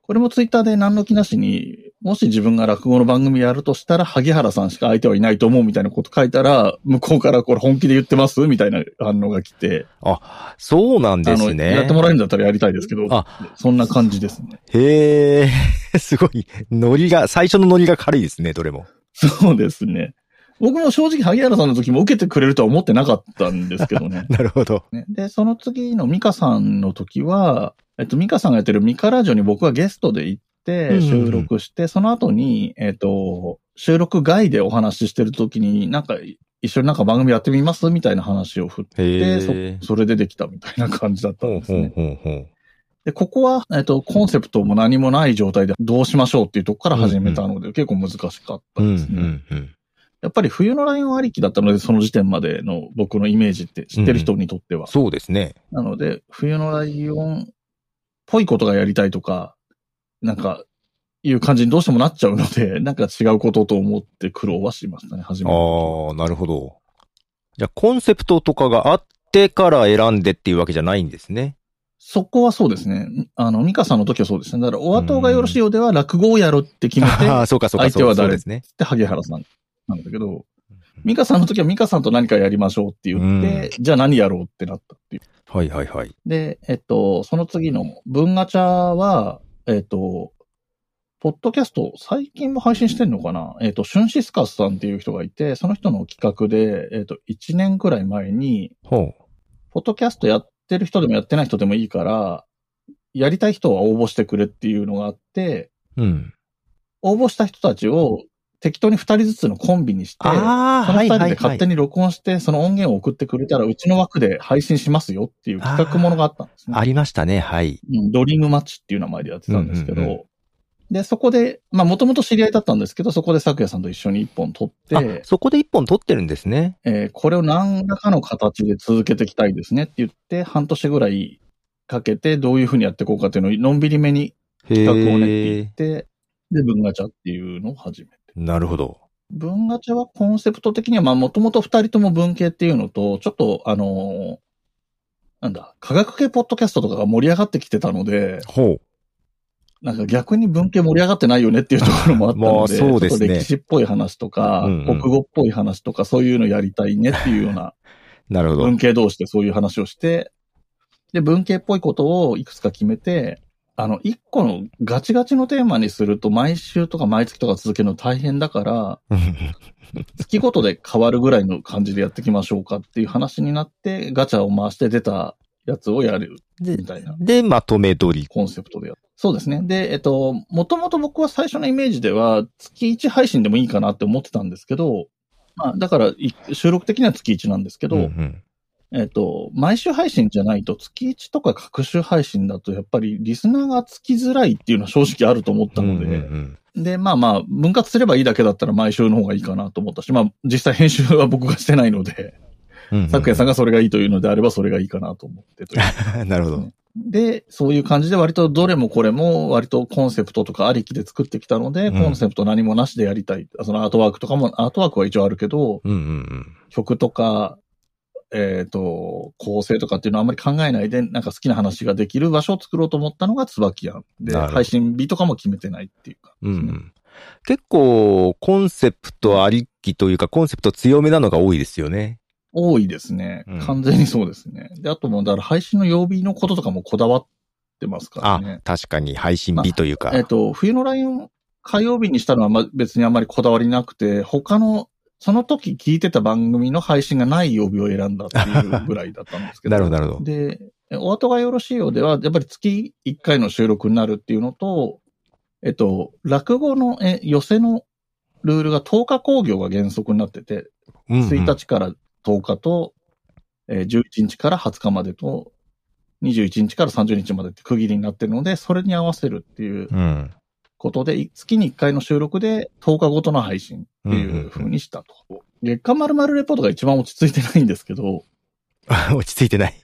[SPEAKER 2] これもツイッターで何の気なしに、もし自分が落語の番組やるとしたら、萩原さんしか相手はいないと思うみたいなこと書いたら、向こうからこれ本気で言ってますみたいな反応が来て、
[SPEAKER 1] そうなんで
[SPEAKER 2] あの、
[SPEAKER 1] すね。
[SPEAKER 2] やってもらえるんだったらやりたいですけど、
[SPEAKER 1] あ
[SPEAKER 2] そんな感じですね。
[SPEAKER 1] へえ、 すごい、ノリが、最初のノリが軽いですね、どれも。。
[SPEAKER 2] そうですね。僕も正直萩原さんの時も受けてくれるとは思ってなかったんですけどね
[SPEAKER 1] なるほど。
[SPEAKER 2] ねで、その次のミカさんの時は、えっと、ミカさんがやってるミカラジオに僕はゲストで行
[SPEAKER 1] うんう
[SPEAKER 2] って
[SPEAKER 1] ん
[SPEAKER 2] 収録して、その後に、えっと、収録外でお話ししてる時に、なんか、一緒になんか番組やってみますみたいな話を振っ
[SPEAKER 1] へ
[SPEAKER 2] て、
[SPEAKER 1] え。
[SPEAKER 2] そそれでできたみたいな感じだった
[SPEAKER 1] ほ
[SPEAKER 2] ん
[SPEAKER 1] う
[SPEAKER 2] です
[SPEAKER 1] ほう
[SPEAKER 2] ね。
[SPEAKER 1] ほうほう。
[SPEAKER 2] で、ここは、えっと、コンセプトも何もない状態でどうしましょうっていうとこから始めたので、結構難しかった
[SPEAKER 1] うんう
[SPEAKER 2] ですね。
[SPEAKER 1] んうん。
[SPEAKER 2] やっぱり冬のライオンありきだったので、その時点までの僕のイメージって知ってる人にとっては。
[SPEAKER 1] そうですね。
[SPEAKER 2] なので、冬のライオンっぽいことがやりたいとか、なんか、いう感じにどうしてもなっちゃうので、 なんか違うことと思って苦労はしましたね、初
[SPEAKER 1] あ
[SPEAKER 2] めて。
[SPEAKER 1] あ、なるほど。じゃあ、コンセプトとかがあってから選んでっていうわけじゃないんですね。
[SPEAKER 2] そこはそうですね。あの、ミカさんの時はそうですね。だから、お後がよろしいようでは落語をやろうって決めて、
[SPEAKER 1] ああ、そうかそうか、
[SPEAKER 2] 相手
[SPEAKER 1] そう
[SPEAKER 2] は
[SPEAKER 1] そう
[SPEAKER 2] 誰
[SPEAKER 1] ですね。
[SPEAKER 2] で、萩原さんなんだけど、ミカさんの時はミカさんと何かやりましょうって言って、じゃあ何やろうってなったっていう。
[SPEAKER 1] はいはいはい。
[SPEAKER 2] で、えっと、その次の文ガチャは、えっと、ポッドキャスト、最近も配信してんのかなえっと、シュンシスカスさんっていう人がいて、その人の企画で、えっと、1年くらい前に、
[SPEAKER 1] ほう。
[SPEAKER 2] ポッドキャストやってる人でもやってない人でもいいから、やりたい人は応募してくれっていうのがあって、
[SPEAKER 1] うん。
[SPEAKER 2] 応募した人たちを適当に2人ずつのコンビにして、その
[SPEAKER 1] ああ、は
[SPEAKER 2] 2
[SPEAKER 1] い
[SPEAKER 2] 人
[SPEAKER 1] は
[SPEAKER 2] で
[SPEAKER 1] いは
[SPEAKER 2] 勝
[SPEAKER 1] い
[SPEAKER 2] 手。に録音して、その音源を送ってくれたら、うちの枠で配信しますよっていう企画ものがあったんですね。
[SPEAKER 1] ありましたね、はい。
[SPEAKER 2] うんドリームマッチっていう名前でやってたんですけど、
[SPEAKER 1] うんうん
[SPEAKER 2] で、そこで、まあ、もともと知り合いだったんですけど、そこで昨夜さんと一緒に一本撮
[SPEAKER 1] あ
[SPEAKER 2] って、、
[SPEAKER 1] そこで一本取ってるんですね。
[SPEAKER 2] えーこれを何らかの形で続けていきたいですねって言って、半年ぐらいかけて、どういうふうにやっていこうかっていうのを、のんびりめに
[SPEAKER 1] へ
[SPEAKER 2] 企画を練っていっ
[SPEAKER 1] え。
[SPEAKER 2] て、で、文ガチャっていうのを始めて。
[SPEAKER 1] なるほど。
[SPEAKER 2] 文ガチャはコンセプト的には、まあ、もともと二人とも文系っていうのと、ちょっと、あのーなんだ、科学系ポッドキャストとかが盛り上がってきてたので、
[SPEAKER 1] ほう。
[SPEAKER 2] なんか逆に文系盛り上がってないよねっていうところもあったので、
[SPEAKER 1] まあそうですね
[SPEAKER 2] ちょっと歴史っぽい話とか、
[SPEAKER 1] うんうん
[SPEAKER 2] 国語っぽい話とか、そういうのやりたいねっていうよ うな、
[SPEAKER 1] なるほど
[SPEAKER 2] 文。系同士でそういう話をして、で、文系っぽいことをいくつか決めて、あの、一個のガチガチのテーマにすると毎週とか毎月とか続けるの大変だから、月ごとで変わるぐらいの感じでやっていきましょうかっていう話になって、ガチャを回して出たやつをやる
[SPEAKER 1] で
[SPEAKER 2] み、たいな。
[SPEAKER 1] で、まとめ取り。
[SPEAKER 2] コンセプトでやるそうですね。で、えっと、もともと僕は最初のイメージでは、月1配信でもいいかなって思ってたんですけど、まあ、だから、い収録的には月1なんですけど、
[SPEAKER 1] うんうん
[SPEAKER 2] えっと、毎週配信じゃないと、月1とか各週配信だと、やっぱりリスナーがつきづらいっていうのは正直あると思ったので、
[SPEAKER 1] うんうんうん
[SPEAKER 2] で、まあまあ、分割すればいいだけだったら毎週の方がいいかなと思ったし、まあ、実際編集は僕がしてないので、
[SPEAKER 1] うんうん
[SPEAKER 2] 昨夜さんがそれがいいというのであればそれがいいかなと思ってという
[SPEAKER 1] なるほど。
[SPEAKER 2] で、そういう感じで割とどれもこれも割とコンセプトとかありきで作ってきたので、
[SPEAKER 1] うん
[SPEAKER 2] コンセプト何もなしでやりたい。そのアートワークとかも、アートワークは一応あるけど、
[SPEAKER 1] うんうん
[SPEAKER 2] 曲とか、えっ、と、構成とかっていうのはあんまり考えないで、なんか好きな話ができる場所を作ろうと思ったのが椿庵で、
[SPEAKER 1] なるほど
[SPEAKER 2] 配信日とかも決めてないっていうか、
[SPEAKER 1] うん。うんうん結構、コンセプトありきというか、コンセプト強めなのが多いですよね。
[SPEAKER 2] 多いですね
[SPEAKER 1] うん。
[SPEAKER 2] 完全にそうですね。で、あともう、だから配信の曜日のこととかもこだわってますから
[SPEAKER 1] あ
[SPEAKER 2] ね、。
[SPEAKER 1] 確かに配信日というか。
[SPEAKER 2] えっ、と、冬のライオン火曜日にしたのはま別にあんまりこだわりなくて、他の、その時聞いてた番組の配信がない曜日を選んだっていうぐらいだったんですけ ど。
[SPEAKER 1] なるほど、なるほど。
[SPEAKER 2] で、お後がよろしいようでは、やっぱり月1回の収録になるっていうのと、えっと、落語のえ寄せのルールが10日興行が原則になってて、
[SPEAKER 1] うんうん
[SPEAKER 2] 1日から10日と、えー11日から20日までと、21日から30日までって区切りになってるので、それに合わせるっていう
[SPEAKER 1] うん。
[SPEAKER 2] ことで、い月に1回の収録で10日ごとの配信
[SPEAKER 1] う
[SPEAKER 2] って
[SPEAKER 1] んうん
[SPEAKER 2] いううん風にしたと月刊まるまるレポートが一番落ち着いてないんですけど、
[SPEAKER 1] 落ち着いてない。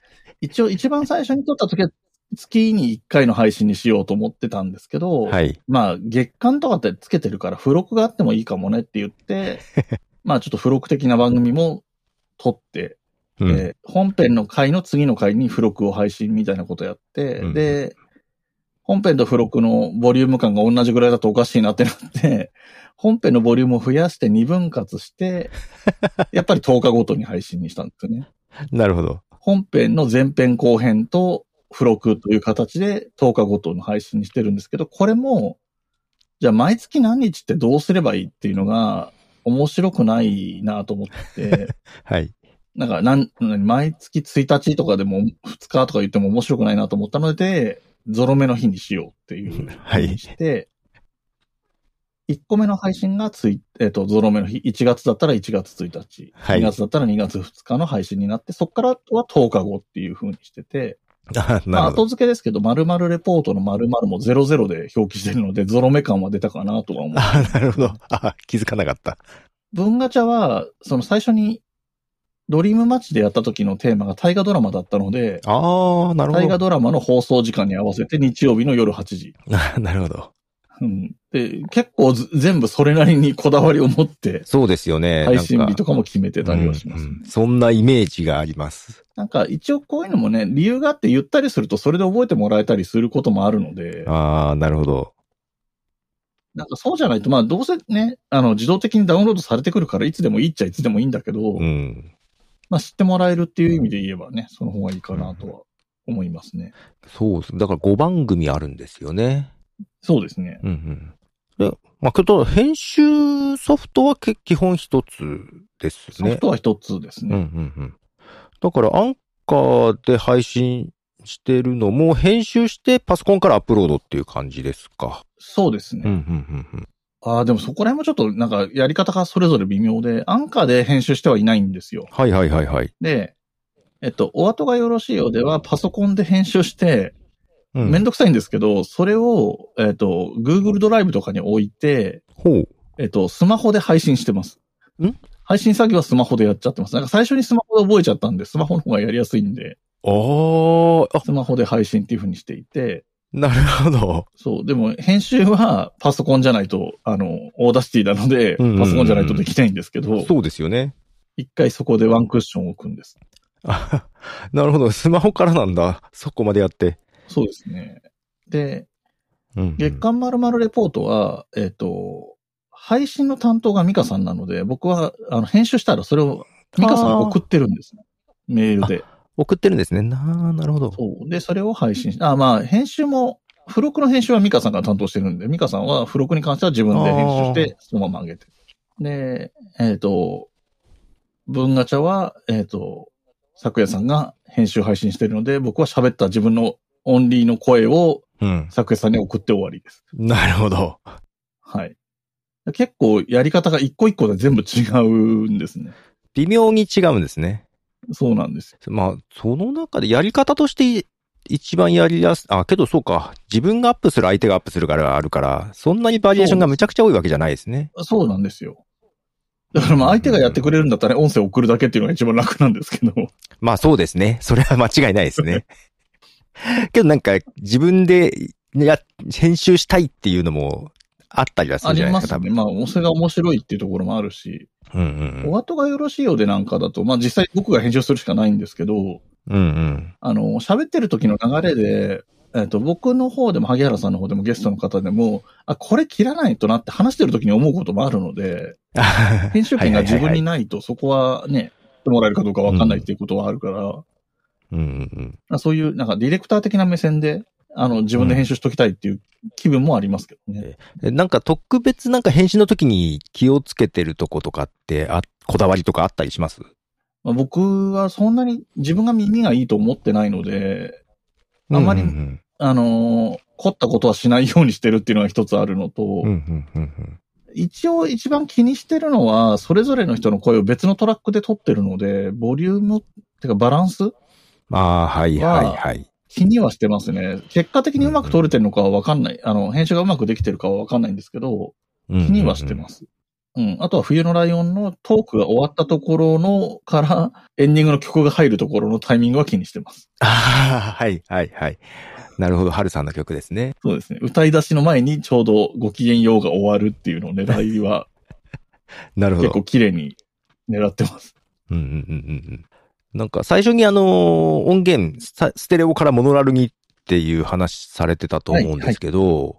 [SPEAKER 2] 一応一番最初に撮った時は月に1回の配信にしようと思ってたんですけど、
[SPEAKER 1] はい。
[SPEAKER 2] まあ月間とかってつけてるから付録があってもいいかもねって言 って、まあちょっと付録的な番組も撮って、
[SPEAKER 1] うん。
[SPEAKER 2] えー本編の回の次の回に付録を配信みたいなことやって、
[SPEAKER 1] うん
[SPEAKER 2] で、本編と付録のボリューム感が同じぐらいだとおかしいなってなって、 本編のボリュームを増やして2分 割して、やっぱり10日ごとに配信にしたんですよね。
[SPEAKER 1] なるほど。
[SPEAKER 2] 本編の前編後編と付録という形で10日ごとの配信にしてるんですけど、これも、じゃあ毎月何日ってどうすればいいっていうのが面白くないなと思って、
[SPEAKER 1] はい。
[SPEAKER 2] なんかなん、毎月1日とかでも2日とか言っても面白くないなと思ったので、ゾロ目の日にしようっていう
[SPEAKER 1] は
[SPEAKER 2] に
[SPEAKER 1] い。
[SPEAKER 2] して、1個目の配信がつい、えっ、と、ゾロ目の日、1月だったら1月1日、
[SPEAKER 1] はい
[SPEAKER 2] 2月だったら2月2日の配信になって、そこからは10日後っていう風にしてて、
[SPEAKER 1] あ
[SPEAKER 2] まあ、
[SPEAKER 1] なるほ
[SPEAKER 2] 後
[SPEAKER 1] ど。
[SPEAKER 2] 付けですけど、〇〇レポートの〇〇も00で表記してるので、ゾロ目感は出たかなとは思う。
[SPEAKER 1] あなるほど。あ気づかなかった。
[SPEAKER 2] 文ガチャは、その最初に、ドリームマッチでやった時のテーマが大河ドラマだったので、
[SPEAKER 1] ああなる
[SPEAKER 2] 大
[SPEAKER 1] ほ
[SPEAKER 2] 河
[SPEAKER 1] ど。
[SPEAKER 2] ドラマの放送時間に合わせて日曜日の夜8時。
[SPEAKER 1] あ なるほど。
[SPEAKER 2] うん。で、結構ず全部それなりにこだわりを持って、
[SPEAKER 1] そうですよね。
[SPEAKER 2] 配信日と
[SPEAKER 1] か
[SPEAKER 2] かも決めてたりはします。
[SPEAKER 1] うんうんそんなイメージがあります。
[SPEAKER 2] なんか一応こういうのもね、理由があって言ったりするとそれで覚えてもらえたりすることもあるので、
[SPEAKER 1] ああなるほど。
[SPEAKER 2] なんかそうじゃないと、まあどうせね、あの自動的にダウンロードされてくるからいつでもいいっちゃいつでもいいんだけど、
[SPEAKER 1] うん。
[SPEAKER 2] まあ知ってもらえるっていう意味で言えばね、その方がいいかなとは思いますね。
[SPEAKER 1] そうです。だから5番組あるんですよね。
[SPEAKER 2] そうですね。
[SPEAKER 1] うんうん。で、まあ、けど、編集ソフトはけ基本一つです
[SPEAKER 2] ソ
[SPEAKER 1] ね。
[SPEAKER 2] フトは一つです
[SPEAKER 1] うんう
[SPEAKER 2] ね。
[SPEAKER 1] んうん。だから、アンカーで配信してるのも、編集してパソコンからアップロードっていう感じですか。
[SPEAKER 2] そうですね。
[SPEAKER 1] うんうんうんうん。
[SPEAKER 2] ああ、でもそこら辺もちょっとなんかやり方がそれぞれ微妙で、アンカーで編集してはいないんですよ。
[SPEAKER 1] はいはいはいはい。
[SPEAKER 2] で、えっと、お後がよろしいようでは、パソコンで編集して、
[SPEAKER 1] うん、
[SPEAKER 2] めんどくさいんですけど、それを、えっと、Google ドライブとかに置いて、
[SPEAKER 1] ほう。
[SPEAKER 2] えっと、スマホで配信してます。
[SPEAKER 1] ん
[SPEAKER 2] 配信作業はスマホでやっちゃってます。なんか最初にスマホで覚えちゃったんで、スマホの方がやりやすいんで、
[SPEAKER 1] あーあ、
[SPEAKER 2] スマホで配信っていう風にしていて、
[SPEAKER 1] なるほど。
[SPEAKER 2] そう、でも編集はパソコンじゃないと、あの、オーダーシティなので、
[SPEAKER 1] うんうんうん
[SPEAKER 2] パソコンじゃないとできないんですけど、
[SPEAKER 1] そうですよね。
[SPEAKER 2] 一回そこでワンクッションを置くんです。
[SPEAKER 1] あなるほど。スマホからなんだ。そこまでやって。
[SPEAKER 2] そうですね。で、
[SPEAKER 1] うんうん
[SPEAKER 2] 月刊まるまるレポートは、えっ、と、配信の担当がミカさんなので、僕はあの編集したらそれをミカさんに送ってるんですね。メールで。
[SPEAKER 1] 送ってるんですね。なあ、なるほど。
[SPEAKER 2] そう。で、それを配信し、あ、まあ、編集も、付録の編集はミカさんが担当してるんで、ミカさんは付録に関しては自分で編集して、そのまま上げてる。で、えっ、と、文ガチャは、えっ、と、昨夜さんが編集配信してるので、僕は喋った自分のオンリーの声を
[SPEAKER 1] うん。
[SPEAKER 2] 昨夜さんに送って終わりです。
[SPEAKER 1] なるほど。
[SPEAKER 2] はい。結構やり方が一個一個で全部違うんですね。
[SPEAKER 1] 微妙に違うんですね。
[SPEAKER 2] そうなんですよ。
[SPEAKER 1] まあ、その中でやり方としてい一番やりやす、あ、けどそうか。自分がアップする相手がアップするからあるから、そんなにバリエーションがむちゃくちゃ多いわけじゃないですね。
[SPEAKER 2] そうなんですよ。だからまあ相手がやってくれるんだったら音声送るだけっていうのが一番楽なんですけど。
[SPEAKER 1] まあそうですね。それは間違いないです ね。けどなんか自分でや、編集したいっていうのもあったりはす
[SPEAKER 2] あ
[SPEAKER 1] るじ
[SPEAKER 2] り
[SPEAKER 1] ゃない
[SPEAKER 2] ま
[SPEAKER 1] です
[SPEAKER 2] す
[SPEAKER 1] か、
[SPEAKER 2] ね。まあ、それが面白いっていうところもあるし、
[SPEAKER 1] 多分。うん
[SPEAKER 2] お後がよろしいようでなんかだと、まあ実際僕が編集するしかないんですけど、
[SPEAKER 1] うん。うんうん。
[SPEAKER 2] あの、喋ってる時の流れで、えっ、と、僕の方でも、萩原さんの方でも、ゲストの方でも、あ、これ切らないとなって話してる時に思うこともあるので、 編集権が自分に
[SPEAKER 1] な
[SPEAKER 2] ないと、そこはね、してもらえるかどうかわかんないっていうことはあるから、
[SPEAKER 1] うんうん
[SPEAKER 2] そういう、なんかディレクター的な目線で、あの、自分で編集しときたいっていう気分もありますけどね。
[SPEAKER 1] うんえ。なんか特別なんか編集の時に気をつけてるとことかって、あ、こだわりとかあったりします
[SPEAKER 2] まあ、僕はそんなに自分が耳がいいと思ってないので、あんまり
[SPEAKER 1] うんうん
[SPEAKER 2] あのー凝ったことはしないようにしてるっていうのが一つあるのと、
[SPEAKER 1] うんうんうんうん
[SPEAKER 2] 一応一番気にしてるのは、それぞれの人の声を別のトラックで撮ってるので、ボリューム、てかバランス
[SPEAKER 1] ああ、はいはいはい。
[SPEAKER 2] 気にはしてますね。結果的にうまく撮れてるのかはわかんない。あの、編集がうまくできてるかはわかんないんですけど、
[SPEAKER 1] 気。
[SPEAKER 2] 気にはしてますす。うん。あとは冬のライオンのトークが終わったところのから、エンディングの曲が入るところのタイミングは気にしてます。
[SPEAKER 1] ああ、 はい、はい、はい。なるほど、春さんの曲ですね。
[SPEAKER 2] そうですね。歌い出しの前にちょうどごきげんようが終わるっていうのを狙いは
[SPEAKER 1] なるほ
[SPEAKER 2] 結
[SPEAKER 1] ど。
[SPEAKER 2] 構綺麗に狙ってます。
[SPEAKER 1] うんうんうんうんうん。なんか最初にあのー音源さステレオからモノラルにっていう話されてたと思うんですけど、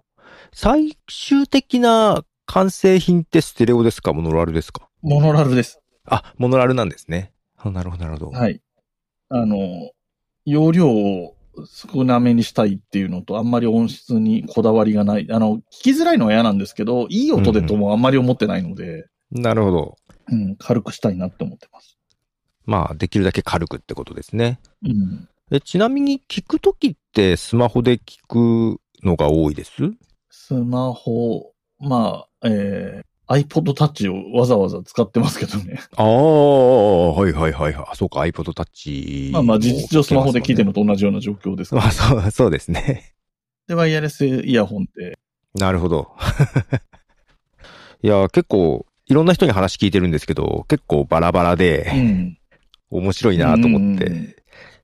[SPEAKER 1] 最終的な完成品ってステレオですかモノラルですか
[SPEAKER 2] モノラルです。
[SPEAKER 1] あ、モノラルなんですね。あなるほど、なるほど。
[SPEAKER 2] はい。あの、容量を少なめにしたいっていうのと、あんまり音質にこだわりがない。あの、聞きづらいのは嫌なんですけど、いい音でともあんまり思ってないので、
[SPEAKER 1] なるほど。
[SPEAKER 2] うん、軽くしたいなって思ってます。
[SPEAKER 1] まあ、できるだけ軽くってことですね。
[SPEAKER 2] うん。
[SPEAKER 1] えちなみに聞くときってスマホで聞くのが多いです
[SPEAKER 2] スマホ、まあ、えー、iPod Touch をわざわざ使ってますけどね。
[SPEAKER 1] ああ、はいはいはいはい。あそうか、iPod Touch。
[SPEAKER 2] まあまあ、事実上スマホで聞いてるのと同じような状況ですけ ど
[SPEAKER 1] まあ、そう、そうですね。
[SPEAKER 2] で、ワイヤレスイヤホンって、
[SPEAKER 1] なるほど。 いや、結構、いろんな人に話聞いてるんですけど、結構バラバラ
[SPEAKER 2] う
[SPEAKER 1] で、
[SPEAKER 2] ん。
[SPEAKER 1] 面白いなと思っ
[SPEAKER 2] うんうんう
[SPEAKER 1] て
[SPEAKER 2] ん、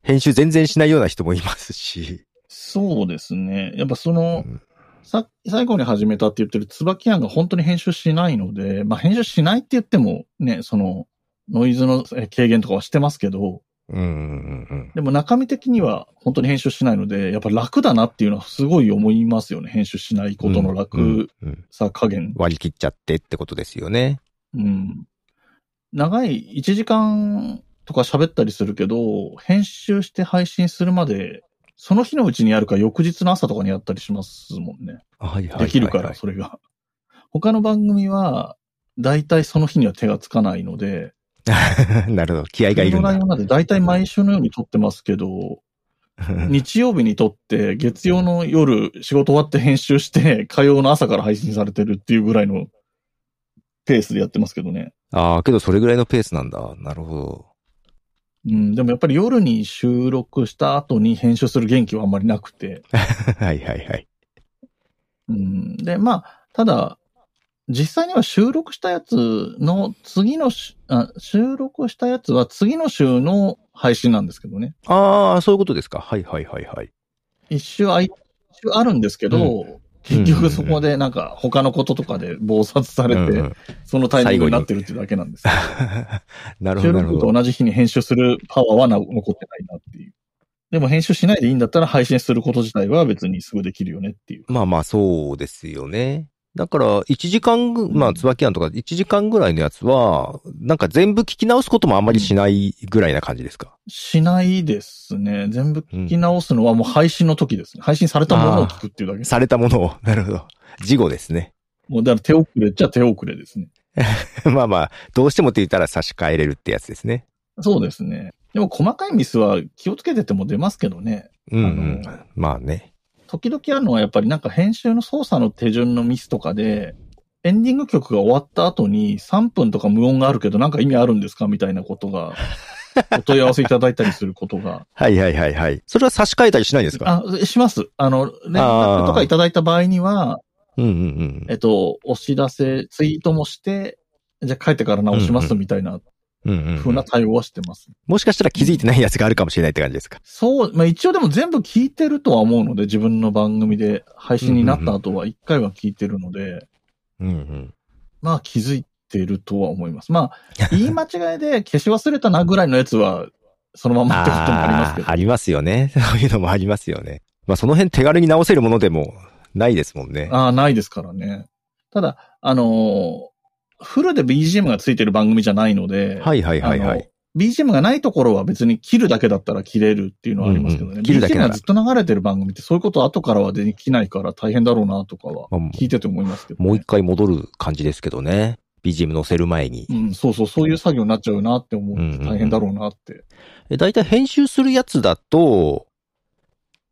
[SPEAKER 1] 編集全然しないような人もいますし。
[SPEAKER 2] そうですね。やっぱそうの、
[SPEAKER 1] ん
[SPEAKER 2] さ、最後に始めたって言ってる椿庵が本当に編集しないので、まあ編集しないって言ってもね、その、ノイズのえ軽減とかはしてますけど、
[SPEAKER 1] うんうんうん
[SPEAKER 2] でも中身的には本当に編集しないので、やっぱ楽だなっていうのはすごい思いますよね。編集しない
[SPEAKER 1] う
[SPEAKER 2] こ
[SPEAKER 1] ん。
[SPEAKER 2] との楽
[SPEAKER 1] うんうん
[SPEAKER 2] さ加減。
[SPEAKER 1] 割り切っちゃってってことですよね。
[SPEAKER 2] うん。長い1時間とか喋ったりするけど、編集して配信するまで、その日のうちにやるか翌日の朝とかにやったりしますもんね。
[SPEAKER 1] はいはいはいはい
[SPEAKER 2] できるから、それが。他の番組は、大体その日には手がつかないので、
[SPEAKER 1] なるほど。気合がいるん
[SPEAKER 2] 冬のライ
[SPEAKER 1] だ
[SPEAKER 2] オ。ンなんで大体毎週のように撮ってますけど、日曜日に撮って、月曜の夜仕事終わって編集して、火曜の朝から配信されてるっていうぐらいのペースでやってますけどね。
[SPEAKER 1] ああ、けどそれぐらいのペースなんだ。なるほど。
[SPEAKER 2] うん、でもやっぱり夜に収録した後に編集する元気はあんまりなくて。
[SPEAKER 1] はいはいはい。
[SPEAKER 2] うん、で、まあ、ただ、実際には収録したやつの次のしあ、収録したやつは次の週の配信なんですけどね。
[SPEAKER 1] ああ、そういうことですか。はいはいはいはい。
[SPEAKER 2] 一週あい、一週あるんですけど、結局そこでなんか他のこととかで暴殺されて、
[SPEAKER 1] うんうん
[SPEAKER 2] そのタイミングになってるっていうだけなんです。
[SPEAKER 1] なるほ
[SPEAKER 2] 収
[SPEAKER 1] どなるほ
[SPEAKER 2] 録
[SPEAKER 1] ど
[SPEAKER 2] と。同じ日に編集するパワーはな残ってないなっていう。でも編集しないでいいんだったら配信すること自体は別にすぐできるよねっていう。
[SPEAKER 1] まあまあそうですよね。だから、1時間ぐ、
[SPEAKER 2] ん
[SPEAKER 1] まあ、椿庵とか1時間ぐらいのやつは、なんか全部聞き直すこともあんまりしないぐらいな感じですか。
[SPEAKER 2] しないですね。全部聞き直すのはもう配信の時ですね。配信されたものを聞くっていうだけです。
[SPEAKER 1] されたもの を。なるほど。事後ですね。
[SPEAKER 2] もうだから手遅れっちゃ手遅れですね。
[SPEAKER 1] まあまあ、どうしてもって言ったら差し替えれるってやつですね。
[SPEAKER 2] そうですね。でも細かいミスは気をつけてても出ますけどね。
[SPEAKER 1] うんうん
[SPEAKER 2] あの。
[SPEAKER 1] まあね。
[SPEAKER 2] 時々あるのはやっぱりなんか編集の操作の手順のミスとかで、エンディング曲が終わった後に3分とか無音があるけどなんか意味あるんですかみたいなこと が、お問い合わせいただいたりすることが。
[SPEAKER 1] はいはいはいはい。それは差し替えたりしないんですか
[SPEAKER 2] あ、します。あの、連絡とかいただいた場合には、
[SPEAKER 1] うんうん
[SPEAKER 2] えっと、お知らせ、ツイートもして、じゃあ帰ってから直しま
[SPEAKER 1] うんう
[SPEAKER 2] すみたいな
[SPEAKER 1] うん。うんうん
[SPEAKER 2] 風な対応はしてます。
[SPEAKER 1] もしかしたら気づいてないやつがあるかもしれないって感じですか。
[SPEAKER 2] そう、まあ一応でも全部聞いてるとは思うので、自分の番組で配信になった後は一回は聞いてるので、
[SPEAKER 1] うん うん。
[SPEAKER 2] まあ気づいてるとは思います。まあ、言い間違いで消し忘れたなぐらいのやつは、そのままってこともありますけ
[SPEAKER 1] あ
[SPEAKER 2] ど
[SPEAKER 1] あ、ありますよね。 そういうのもありますよね。まあその辺手軽に直せるものでもないですもんね。。
[SPEAKER 2] ああ、ないですからね。ただ、あのーフルで BGM がついてる番組じゃないので、
[SPEAKER 1] はいはいはいは
[SPEAKER 2] あ
[SPEAKER 1] い
[SPEAKER 2] の。。BGM がないところは別に切るだけだったら切れるっていうのはありますけどね。
[SPEAKER 1] うんうん切るだけ
[SPEAKER 2] BGM
[SPEAKER 1] なら
[SPEAKER 2] がずっと流れてる番組ってそういうこと後からはできないから大変だろうなとかは
[SPEAKER 1] まあもう
[SPEAKER 2] 聞いてて思いますけど、ね。
[SPEAKER 1] もう一回戻る感じですけどね。BGM 載せる前に。
[SPEAKER 2] うん、そうそう、そういう作業になっちゃうなって思
[SPEAKER 1] うん
[SPEAKER 2] っ
[SPEAKER 1] う
[SPEAKER 2] て
[SPEAKER 1] んうん
[SPEAKER 2] 大変だろうなって。
[SPEAKER 1] えだいたい編集するやつだと、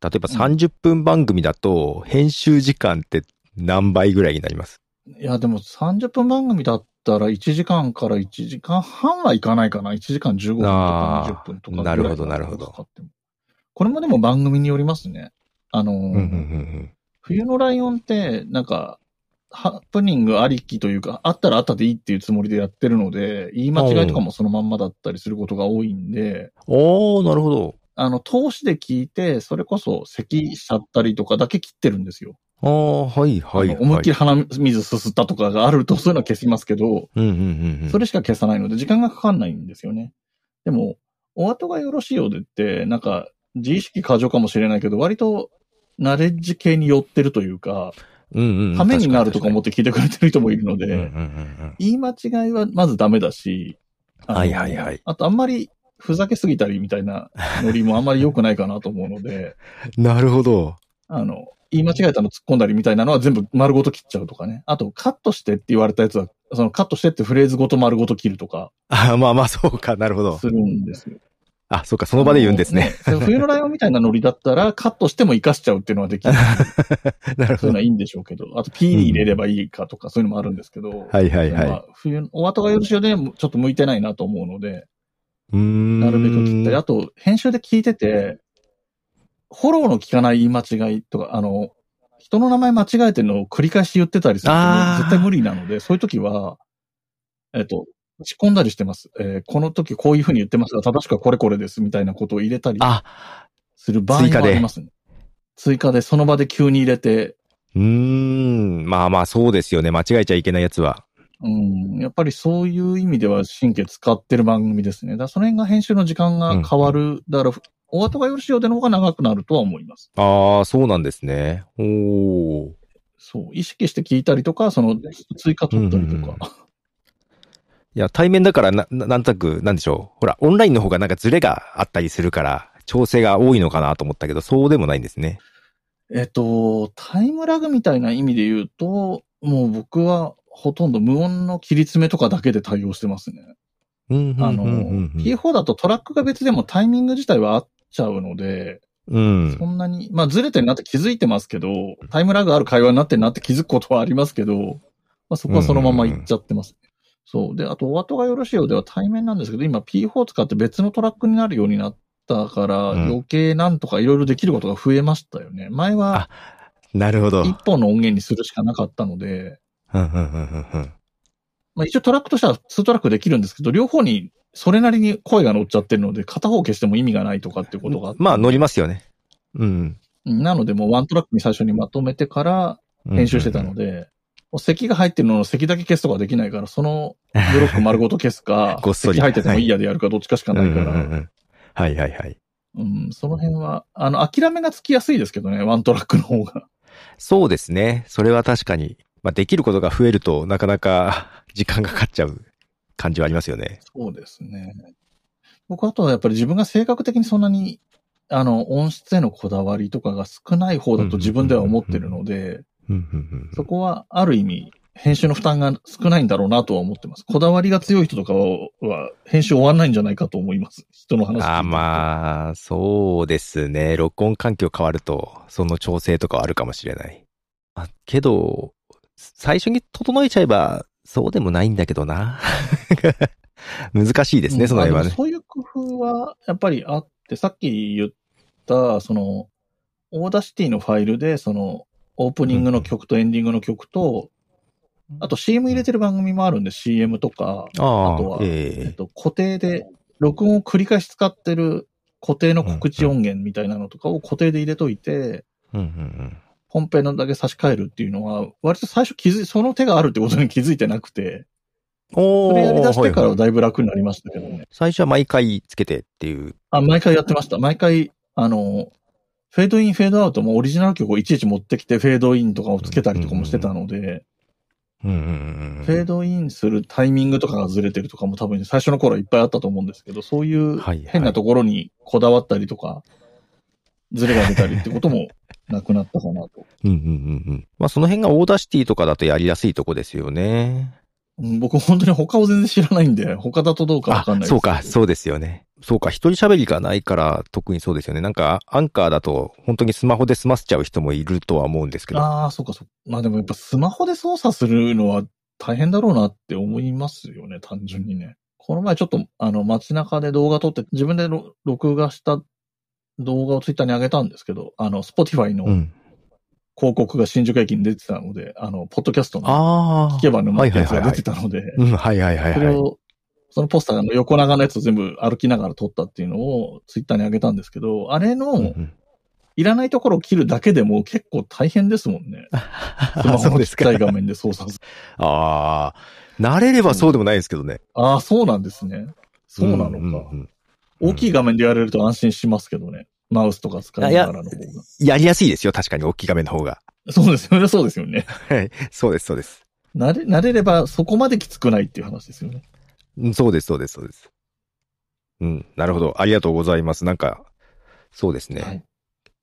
[SPEAKER 1] 例えば
[SPEAKER 2] うん
[SPEAKER 1] 30分番組だと、編集時間って何倍ぐらいになります
[SPEAKER 2] いや、でも30分番組だったら1時間から1時間半はいかないかな。1時間15分と
[SPEAKER 1] あー
[SPEAKER 2] か20分とかぐらい
[SPEAKER 1] なるほどなるほど
[SPEAKER 2] かかってもこれもでも番組によりますね。あのー、
[SPEAKER 1] うんうんうんうん。
[SPEAKER 2] 冬のライオンって、なんか、ハプニングありきというか、あったらあったでいいっていうつもりでやってるので、言い間違いとかもそのまんまだったりすることが多いんで、
[SPEAKER 1] おー、なるほど。
[SPEAKER 2] あの、投資で聞いて、それこそ咳しちゃったりとかだけ切ってるんですよ。
[SPEAKER 1] あー、はい、はい、
[SPEAKER 2] あ
[SPEAKER 1] はい。
[SPEAKER 2] の思いっきり鼻水すすったとかがあると、そういうのは消しますけど、
[SPEAKER 1] うん、うん、うんうん。
[SPEAKER 2] それしか消さないので時間がかかんないんですよね。でも、お後がよろしいようでって、なんか、自意識過剰かもしれないけど、割と、ナレッジ系に寄ってるというか、
[SPEAKER 1] うん、うん。
[SPEAKER 2] ためになるとか思って聞いてくれてる人もいるので、
[SPEAKER 1] 確かに確かにうん、うん、うんうん。
[SPEAKER 2] 言い間違いはまずダメだし、あの
[SPEAKER 1] はいはいはい
[SPEAKER 2] あとあんまりふざけすぎたりみたいなノリもあんまり良くないかなと思う ので、
[SPEAKER 1] なるほど。
[SPEAKER 2] あの、言い間違えたの突っ込んだりみたいなのは全部丸ごと切っちゃうとかね。あと、カットしてって言われたやつは、そのカットしてってフレーズごと丸ごと切るとか
[SPEAKER 1] あ まあまあ、そうか、なるほど
[SPEAKER 2] す。るんですよ。
[SPEAKER 1] あ、そうか、そ
[SPEAKER 2] そ
[SPEAKER 1] の場で言うんですね。。
[SPEAKER 2] 冬のライオンみたいなノリだっ たら、カットしても活かしちゃうっていうのはできる。
[SPEAKER 1] なるほど。
[SPEAKER 2] そういうのはいいんでしょうけど、あと PD 入れればいいかとか、そういうのもあるんですけど、
[SPEAKER 1] はいはいはい
[SPEAKER 2] ま。あ冬の、お後がよろしいようで、ちょっと向いてないなと思うので、
[SPEAKER 1] うーん。
[SPEAKER 2] なるべく切ったり、あと、編集で聞いてて、フォローの聞かない言い間違いとか、あの、人の名前間違えてるのを繰り返し言ってたりする
[SPEAKER 1] あー
[SPEAKER 2] と、絶対無理なので、そういう時は、えっと、仕込んだりしてます。えーこの時こういうふうに言ってますが、正しくはこれこれです、みたいなことを入れたり
[SPEAKER 1] あ、
[SPEAKER 2] する場合
[SPEAKER 1] 追
[SPEAKER 2] も
[SPEAKER 1] 加
[SPEAKER 2] あ
[SPEAKER 1] で
[SPEAKER 2] りますね。追加で、その場で急に入れて、
[SPEAKER 1] うーん。まあまあ、そうですよね。間違えちゃいけないやつは。
[SPEAKER 2] うん、やっぱりそういう意味では神経使ってる番組ですね。だからその辺が編集の時間が変わる。だから、お後がよろしいようでの方が長くなるとは思います。
[SPEAKER 1] ああ、そうなんですね。おー。
[SPEAKER 2] そう、意識して聞いたりとか、その、追加取ったりとか。
[SPEAKER 1] いや、対面だからな、ななんとなく、なんでしょう。ほら、オンラインの方がなんかズレがあったりするから、調整が多いのかなと思ったけど、そうでもないんですね。
[SPEAKER 2] えっと、タイムラグみたいな意味で言うと、もう僕はほとんど無音の切り詰めとかだけで対応してますね。
[SPEAKER 1] うん、うん、
[SPEAKER 2] あの、
[SPEAKER 1] うんうんうん
[SPEAKER 2] P4 だとトラックが別でもタイミング自体は合っちゃうので、
[SPEAKER 1] うん。
[SPEAKER 2] そんなに、まあずれてるなって気づいてますけど、タイムラグある会話になってるなって気づくことはありますけど、まあそこはそのまま行っちゃってますね。そう。で、あと、お後がよろしいようでは対面なんですけど、今 P4 使って別のトラックになるようになったから、
[SPEAKER 1] うん
[SPEAKER 2] 余計なんとかいろいろできることが増えましたよね。前は
[SPEAKER 1] なるほど。うん
[SPEAKER 2] 一、本の音源にするしかなかったので、
[SPEAKER 1] うん、うん、うんうん。
[SPEAKER 2] まあ一応トラックとしては2トラックできるんですけど、両方にそれなりに声が乗っちゃってるので、片方消しても意味がないとかっていうことがあって
[SPEAKER 1] まあ、乗りますよね。うん。
[SPEAKER 2] なのでもうワントラックに最初にまとめてから、編集してたの
[SPEAKER 1] で。、
[SPEAKER 2] で、もう咳が入ってるのの咳だけ消すとかできないから、そのブロック丸ごと消すか
[SPEAKER 1] ごっそり
[SPEAKER 2] 咳入っててもいいやでやるかどっちかしか
[SPEAKER 1] うんう
[SPEAKER 2] ない
[SPEAKER 1] んう
[SPEAKER 2] か
[SPEAKER 1] んう
[SPEAKER 2] ら、うん
[SPEAKER 1] んはいはいはい。
[SPEAKER 2] その辺は、あの、諦めがつきやすいですけどね、ワントラックの方が。
[SPEAKER 1] そうですね。それは確かに。まあ、できることが増えると、なかなか 時間がかかっちゃう感じはありますよね。
[SPEAKER 2] そうですね。僕あとはやっぱり自分が性格的にそんなに、あの、音質へのこだわりとかが少ない方だと自分では思ってるので、
[SPEAKER 1] うんうんうん
[SPEAKER 2] そこはある意味、編集の負担が少ないんだろうなとは思ってます。こだわりが強い人とかは、は編集終わんないんじゃないかと思います。人の話聞いてると。
[SPEAKER 1] ああまあ、そうですね。録音環境変わると、その調整とかはあるかもしれない。あけど、最初に整えちゃえば、そうでもないんだけどな。 難しいです
[SPEAKER 2] う
[SPEAKER 1] ね、
[SPEAKER 2] ん
[SPEAKER 1] その辺は
[SPEAKER 2] あで
[SPEAKER 1] ね
[SPEAKER 2] も。そういう工夫はやっぱりあって、さっき言った、その、オーダーシティのファイルで、その、オープニングの曲とエンディングの曲と、あと CM 入れてる番組もあるんで CM とか、
[SPEAKER 1] あ
[SPEAKER 2] あとはえっ
[SPEAKER 1] ええ
[SPEAKER 2] と、固定で、録音を繰り返し使ってる固定の告知音源みたいなのとかを固定で入れといて、
[SPEAKER 1] うんうん
[SPEAKER 2] 本編のだけ差し替えるっていうのは、割と最初気づい、その手があるってことに気づいてなくて、
[SPEAKER 1] うん。お
[SPEAKER 2] そ
[SPEAKER 1] ー
[SPEAKER 2] れやり出してから
[SPEAKER 1] は
[SPEAKER 2] はいだいぶ楽になりましたけどね。
[SPEAKER 1] 最初は毎回つけてっていう。
[SPEAKER 2] あ、毎回やってました。毎回、あの、フェードイン、フェードアウトもオリジナル曲をいちいち持ってきて、フェードインとかをつけたりとかもしてたので、
[SPEAKER 1] うんうんうん。
[SPEAKER 2] フェードインするタイミングとかがずれてるとかも多分最初の頃はいっぱいあったと思うんですけど、そういう
[SPEAKER 1] はいはい
[SPEAKER 2] 変なところにこだわったりとか、ずれが出たりってこ ともなくなったかなと。
[SPEAKER 1] うんうんうんうん。まあその辺がオーダーシティとかだとやりやすいとこですよね。
[SPEAKER 2] うん僕本当に他を全然知らないんで、他だとどうかわかんないです
[SPEAKER 1] そうか、そうですよね。そうか、一人喋りがないから特にそうですよね。なんか、アンカーだと本当にスマホで済ませちゃう人もいるとは思うんですけど。
[SPEAKER 2] ああ、そうか、そうか。まあでもやっぱスマホで操作するのは大変だろうなって思いますよね、単純にね。この前ちょっと、あの、街中で動画撮って、自分でろ録画した動画をツイッターに上げたんですけど、あの、スポティファイ
[SPEAKER 1] う
[SPEAKER 2] の
[SPEAKER 1] ん。
[SPEAKER 2] 広告が新宿駅に出てたので、あの、ポッドキャストの
[SPEAKER 1] ああ。
[SPEAKER 2] 聞けば沼ってやつ
[SPEAKER 1] はい
[SPEAKER 2] が
[SPEAKER 1] はいはいはい
[SPEAKER 2] 出てたので、
[SPEAKER 1] うん、はいはいはい
[SPEAKER 2] それ
[SPEAKER 1] はい。
[SPEAKER 2] を、そのポスターの横長のやつを全部歩きながら撮ったっていうのをツイッターに上げたんですけど、あれ
[SPEAKER 1] うんう
[SPEAKER 2] の
[SPEAKER 1] ん
[SPEAKER 2] いらないところを切るだけでも結構大変ですもん ね。スマホ
[SPEAKER 1] そう
[SPEAKER 2] の
[SPEAKER 1] で
[SPEAKER 2] ち
[SPEAKER 1] す
[SPEAKER 2] っ
[SPEAKER 1] か
[SPEAKER 2] ちゃい画面で操作する。
[SPEAKER 1] ああ。慣れればそうでもないですけどね。
[SPEAKER 2] ああ、そうなんですね。そうなの
[SPEAKER 1] んう
[SPEAKER 2] か。
[SPEAKER 1] んうん
[SPEAKER 2] 大きい画面でやれると安心しますけどね。マウスとか使いながらの方が。
[SPEAKER 1] やりやすいですよ、確かに大きい画面の方が。
[SPEAKER 2] そうですよね、そうですよね。
[SPEAKER 1] はい。そうです、そうです。
[SPEAKER 2] 慣れ、慣れればそこまできつくないっていう話ですよね。
[SPEAKER 1] うんそうです、そうです、そうです。うん、なるほど。ありがとうございます。なんか、そうですね。
[SPEAKER 2] はい。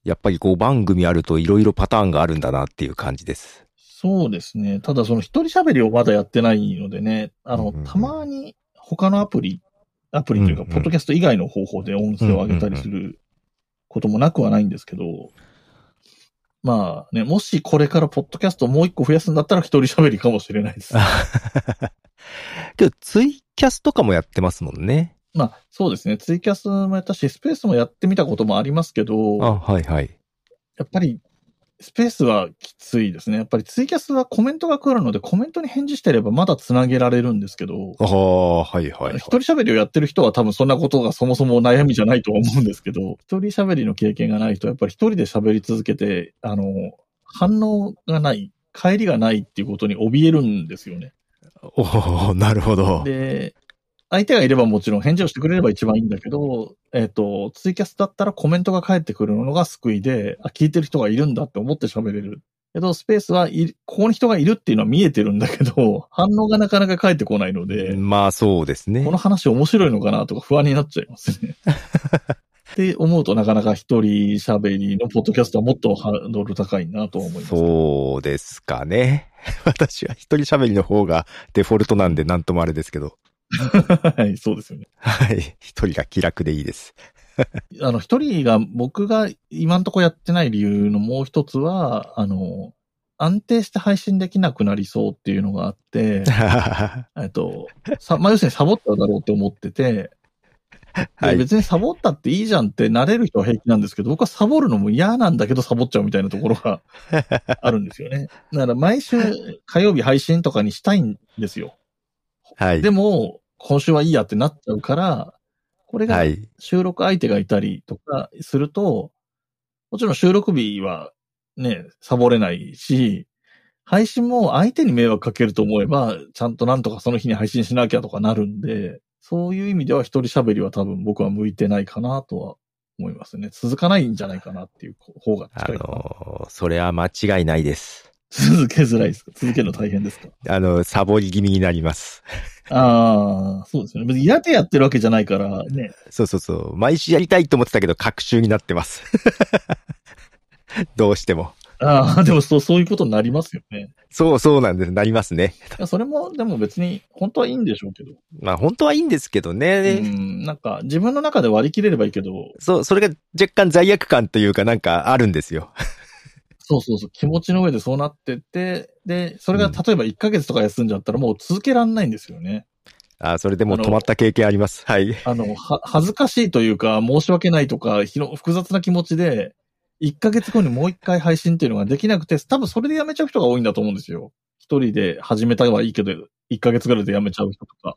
[SPEAKER 1] やっぱりこう番組あるといろいろパターンがあるんだなっていう感じ です。
[SPEAKER 2] そうですね。ただその一人喋りをまだやってないのでね、あの、
[SPEAKER 1] うんうんうん
[SPEAKER 2] たまに他のアプリ、アプリというか、
[SPEAKER 1] うんうん
[SPEAKER 2] ポッドキャスト以外の方法で音声を上げたりすることもなくはないんですけど、まあね、もしこれからポッドキャストをもう一個増やすんだったら一人喋りかもしれないです。
[SPEAKER 1] けど、ツイキャスとかもやってますもんね。
[SPEAKER 2] まあそうですね、ツイキャスもやったし、スペースもやってみたこともありますけど、
[SPEAKER 1] あ、はいはい。
[SPEAKER 2] やっぱり、スペースはきついですね。やっぱりツイキャスはコメントが来るので、コメントに返事してればまだ繋げられるんですけど、
[SPEAKER 1] ああ、はいはい、はい。
[SPEAKER 2] 一人喋りをやってる人は多分そんなことがそもそも悩みじゃないとは思うんですけど、一人喋りの経験がない人はやっぱり一人で喋り続けて、あの、反応がない、帰りがないっていうことに怯えるんですよね。
[SPEAKER 1] おおなるほど。
[SPEAKER 2] で、相手がいればもちろん返事をしてくれれば一番いいんだけど、えっ、と、ツイキャスだったらコメントが返ってくるのが救いで、あ、聞いてる人がいるんだって思って喋れる。けど、スペースはい、ここに人がいるっていうのは見えてるんだけど、反応がなかなか返ってこないので、
[SPEAKER 1] まあそうですね
[SPEAKER 2] こ。の話面白いのかなとか不安になっちゃいま すね。って思うとなかなか一人喋りのポッドキャストはもっとハードル高いなとは思います。
[SPEAKER 1] そうですかね。 私は一人喋りの方がデフォルトなんでなんともあれですけど。
[SPEAKER 2] はい、そうですよね。
[SPEAKER 1] はい。一人が気楽でいい です。
[SPEAKER 2] あの、一人が、僕が今んとこやってない理由のもう一つは、あの、安定して配信できなくなりそうっていうのがあって、
[SPEAKER 1] は
[SPEAKER 2] えっと、さ、まあ、要するにサボっただろうって思ってて、で
[SPEAKER 1] い。
[SPEAKER 2] 別にサボったっていいじゃんって慣れる人は平気なんですけど、僕はサボるのも嫌なんだけどサボっちゃうみたいなところがあるんですよね。だから毎週火曜日配信とかにしたいんですよ。
[SPEAKER 1] はい
[SPEAKER 2] で。も、今週はいいやってなっちゃうから、これが
[SPEAKER 1] はい。
[SPEAKER 2] 収録相手がいたりとかすると、もちろん収録日はね、サボれないし、配信も相手に迷惑かけると思えば、ちゃんとなんとかその日に配信しなきゃとかなるんで、そういう意味では一人喋りは多分僕は向いてないかなとは思いますね。続かないんじゃないかなっていう方が
[SPEAKER 1] あ
[SPEAKER 2] 近いかな
[SPEAKER 1] のーそれは間違いないです。
[SPEAKER 2] 続けづらいですか続けるの大変ですか
[SPEAKER 1] あの、サボり気味になります。
[SPEAKER 2] ああ、そうですよね。別に嫌でやってるわけじゃないからね。
[SPEAKER 1] そうそうそう。毎週やりたいと思ってたけど、隔週になってます。 どうしても。
[SPEAKER 2] ああ、でもそう、そういうことになりますよね。
[SPEAKER 1] そうそうなんです。なりますね。
[SPEAKER 2] いやそれも、でも別に、本当はいいんでしょうけど。
[SPEAKER 1] まあ本当はいいんですけどね。
[SPEAKER 2] うん、なんか自分の中で割り切れればいいけど、
[SPEAKER 1] そう、それが若干罪悪感というかなんかあるんですよ。
[SPEAKER 2] そうそうそう、気持ちの上でそうなってて、で、それが例えば1ヶ月とか休んじゃったらもう続けらんないんですよね。
[SPEAKER 1] あそれでもう止まった経験あります。はい。
[SPEAKER 2] あの、は、恥ずかしいというか、申し訳ないとか、ひろ複雑な気持ちで、1ヶ月後にもう1回配信っていうのができなくて、多分それでやめちゃう人が多いんだと思うんですよ。一人で始めたはいいけど、1ヶ月ぐらいでやめちゃう人とか。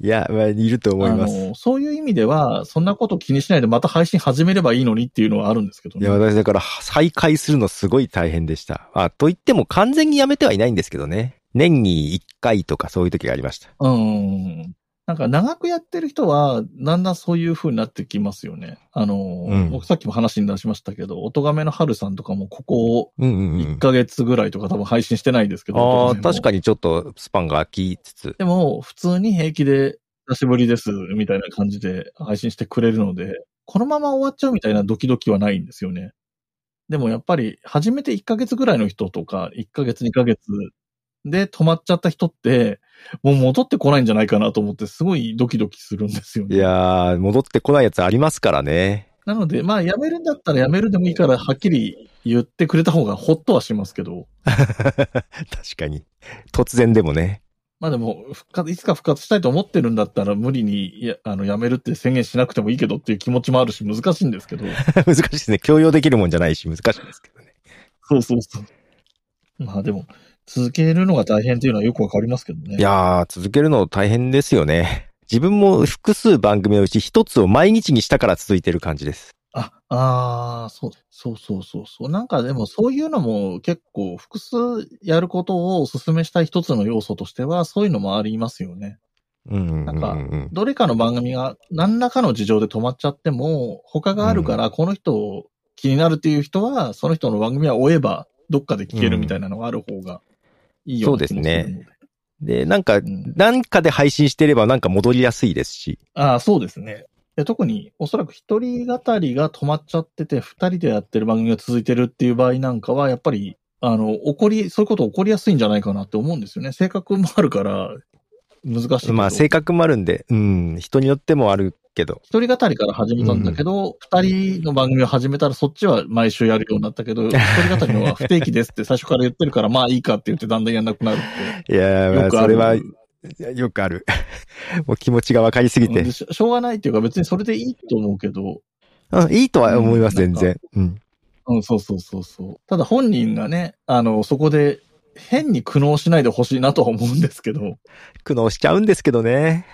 [SPEAKER 1] いや、まあ、いると思います。
[SPEAKER 2] あの、そういう意味では、そんなこと気にしないでまた配信始めればいいのにっていうのはあるんですけど
[SPEAKER 1] いや、私だから再開するのすごい大変でした。あ、と言っても完全にやめてはいないんですけどね。年に1回とかそういう時がありました。
[SPEAKER 2] うん。なんか長くやってる人は、だんだんそういう風になってきますよね。あの、
[SPEAKER 1] うん
[SPEAKER 2] 僕さっきも話に出しましたけど、音亀の春さんとかもここ
[SPEAKER 1] うんうんう
[SPEAKER 2] 1
[SPEAKER 1] ん。
[SPEAKER 2] ヶ月ぐらいとか多分配信してないですけど。
[SPEAKER 1] ああ、確
[SPEAKER 2] に。
[SPEAKER 1] かにちょっとスパンが空きつつ。
[SPEAKER 2] でも、普通に平気で、久しぶりです、みたいな感じで配信してくれるので、このまま終わっちゃうみたいなドキドキはないんですよね。でもやっぱり、初めて1ヶ月ぐらいの人とか、1ヶ月、2ヶ月で止まっちゃった人って、もう戻ってこないんじゃないかなと思って、すごいドキドキするんですよ
[SPEAKER 1] い
[SPEAKER 2] ね。
[SPEAKER 1] やー、戻ってこないやつありますからね。
[SPEAKER 2] なので、まあ、辞めるんだったら辞めるでもいいから、はっきり言ってくれた方がほっとはしますけど、
[SPEAKER 1] 確かに。突然でもね。
[SPEAKER 2] まあでも、復活、いつか復活したいと思ってるんだったら、無理に、いや、あの、辞めるって宣言しなくてもいいけどっていう気持ちもあるし、難しいんですけど、
[SPEAKER 1] 難しいですね。強要できるもんじゃないし、難しいですけどね。
[SPEAKER 2] そうそうそう。まあでも、続けるのが大変っていうのはよくわかりますけどね。
[SPEAKER 1] いやー、続けるの大変ですよね。自分も複数番組のうち一つを毎日にしたから続いてる感じです。
[SPEAKER 2] あ、ああ、そう、そうそうそうそう。なんかでもそういうのも結構複数やることをお勧めしたい一つの要素としては、そういうのもありますよね。
[SPEAKER 1] うんうんうん、
[SPEAKER 2] なんかどれかの番組が何らかの事情で止まっちゃっても、他があるから、この人を気になるっていう人は、その人の番組は追えば、どっかで聞けるみたいなのがある方がいいような気もるの
[SPEAKER 1] そうですで、なんか、
[SPEAKER 2] ん
[SPEAKER 1] なんかで配信してればなんか戻りやすいですし。
[SPEAKER 2] ああ、そうですね。で特に、おそらく一人語りが止まっちゃってて、二人でやってる番組が続いてるっていう場合なんかは、やっぱり、あの、起こり、そういうこと起こりやすいんじゃないかなって思うんですよね。性格もあるから、難しいけど。
[SPEAKER 1] まあ性格もあるんで、うん、人によってもあるけど。
[SPEAKER 2] 一人語りから始めたんだけど、二、人の番組を始めたらそっちは毎週やるようになったけど、一人語りのは不定期ですって最初から言ってるから、まあいいかって言ってだんだんやんなくなるっ
[SPEAKER 1] いや
[SPEAKER 2] て。
[SPEAKER 1] ー、ま
[SPEAKER 2] よ
[SPEAKER 1] あ
[SPEAKER 2] くあ
[SPEAKER 1] そ
[SPEAKER 2] る。
[SPEAKER 1] れは、よくある。 もう気持ちがわかりすぎて
[SPEAKER 2] うん。しょしょうがないっていうか別にそれでいいと思うけど、
[SPEAKER 1] うん、いいとは思います、
[SPEAKER 2] う
[SPEAKER 1] 全
[SPEAKER 2] ん
[SPEAKER 1] 然。うん。
[SPEAKER 2] うん、そうそうそうそう。ただ本人がね、あの、そこで変に苦悩しないでほしいなとは思うんですけど、
[SPEAKER 1] 苦悩しちゃうんですけどね。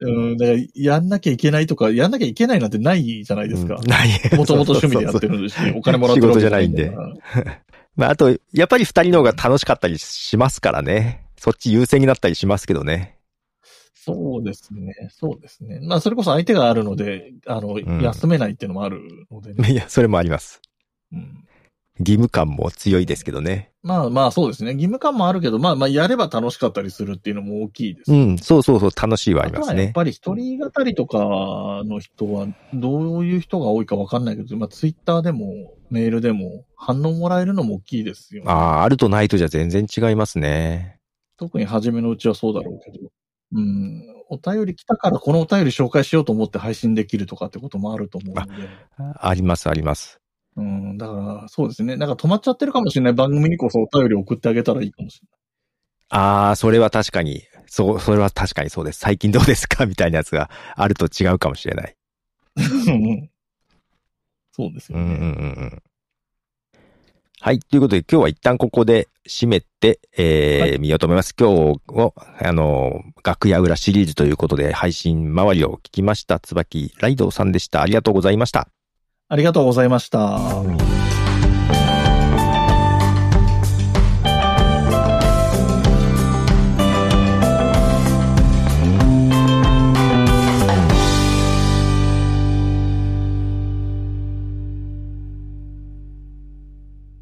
[SPEAKER 2] うん、だからやんなきゃいけないとか、やんなきゃいけないなんてないじゃないですか
[SPEAKER 1] うん。 ない。
[SPEAKER 2] もともと趣味でやって
[SPEAKER 1] る。
[SPEAKER 2] るし、お金もらってるわけ
[SPEAKER 1] 仕事じゃまああと、やっぱり二人の方が楽しかったりしますからね。そっち優先になったりしますけどね。
[SPEAKER 2] そうですね。そうですね。まあ、それこそ相手があるので、あの、
[SPEAKER 1] ん
[SPEAKER 2] 休めないっていうのもあるのでね。
[SPEAKER 1] いや、それもあります。
[SPEAKER 2] うん
[SPEAKER 1] 義務感も強いですけどね。
[SPEAKER 2] まあまあ、そうですね。義務感もあるけど、まあまあ、やれば楽しかったりするっていうのも大きいです
[SPEAKER 1] う
[SPEAKER 2] ね。
[SPEAKER 1] ん、そうそうそう、楽しいはあ
[SPEAKER 2] あ
[SPEAKER 1] り
[SPEAKER 2] と
[SPEAKER 1] ます
[SPEAKER 2] はやっ
[SPEAKER 1] ね。
[SPEAKER 2] ぱり一人語りとかの人は、どういう人が多いかわかんないけど、まあ、ツイッターでも、メールでも、反応もらえるのも大きいですよ、
[SPEAKER 1] ああ、あるとないとじゃ全然違いますね。
[SPEAKER 2] 特に初めのうちはそうだろうけど。うん。お便り来たから、このお便り紹介しようと思って配信できるとかってこともあると思うんで。
[SPEAKER 1] あります、あります。
[SPEAKER 2] うん、だから、そうですね。なんか止まっちゃってるかもしれない番組にこそお便り送ってあげたらいいかもしれ
[SPEAKER 1] ああ、それは確かに、そう、それは確かにそうです。最近どうですかみたいなやつがあると違うかもしれない。
[SPEAKER 2] ない。う んうんそうです
[SPEAKER 1] う
[SPEAKER 2] よ
[SPEAKER 1] んうんうんう
[SPEAKER 2] ね。
[SPEAKER 1] ん。はい。ということで、今日は一旦ここで締めて、えー
[SPEAKER 2] はい
[SPEAKER 1] 見ようと思います。今日を、あの、楽屋裏シリーズということで、配信周りを聞きました。椿ライドさんでした。ありがとうございました。
[SPEAKER 2] ありがとうございました。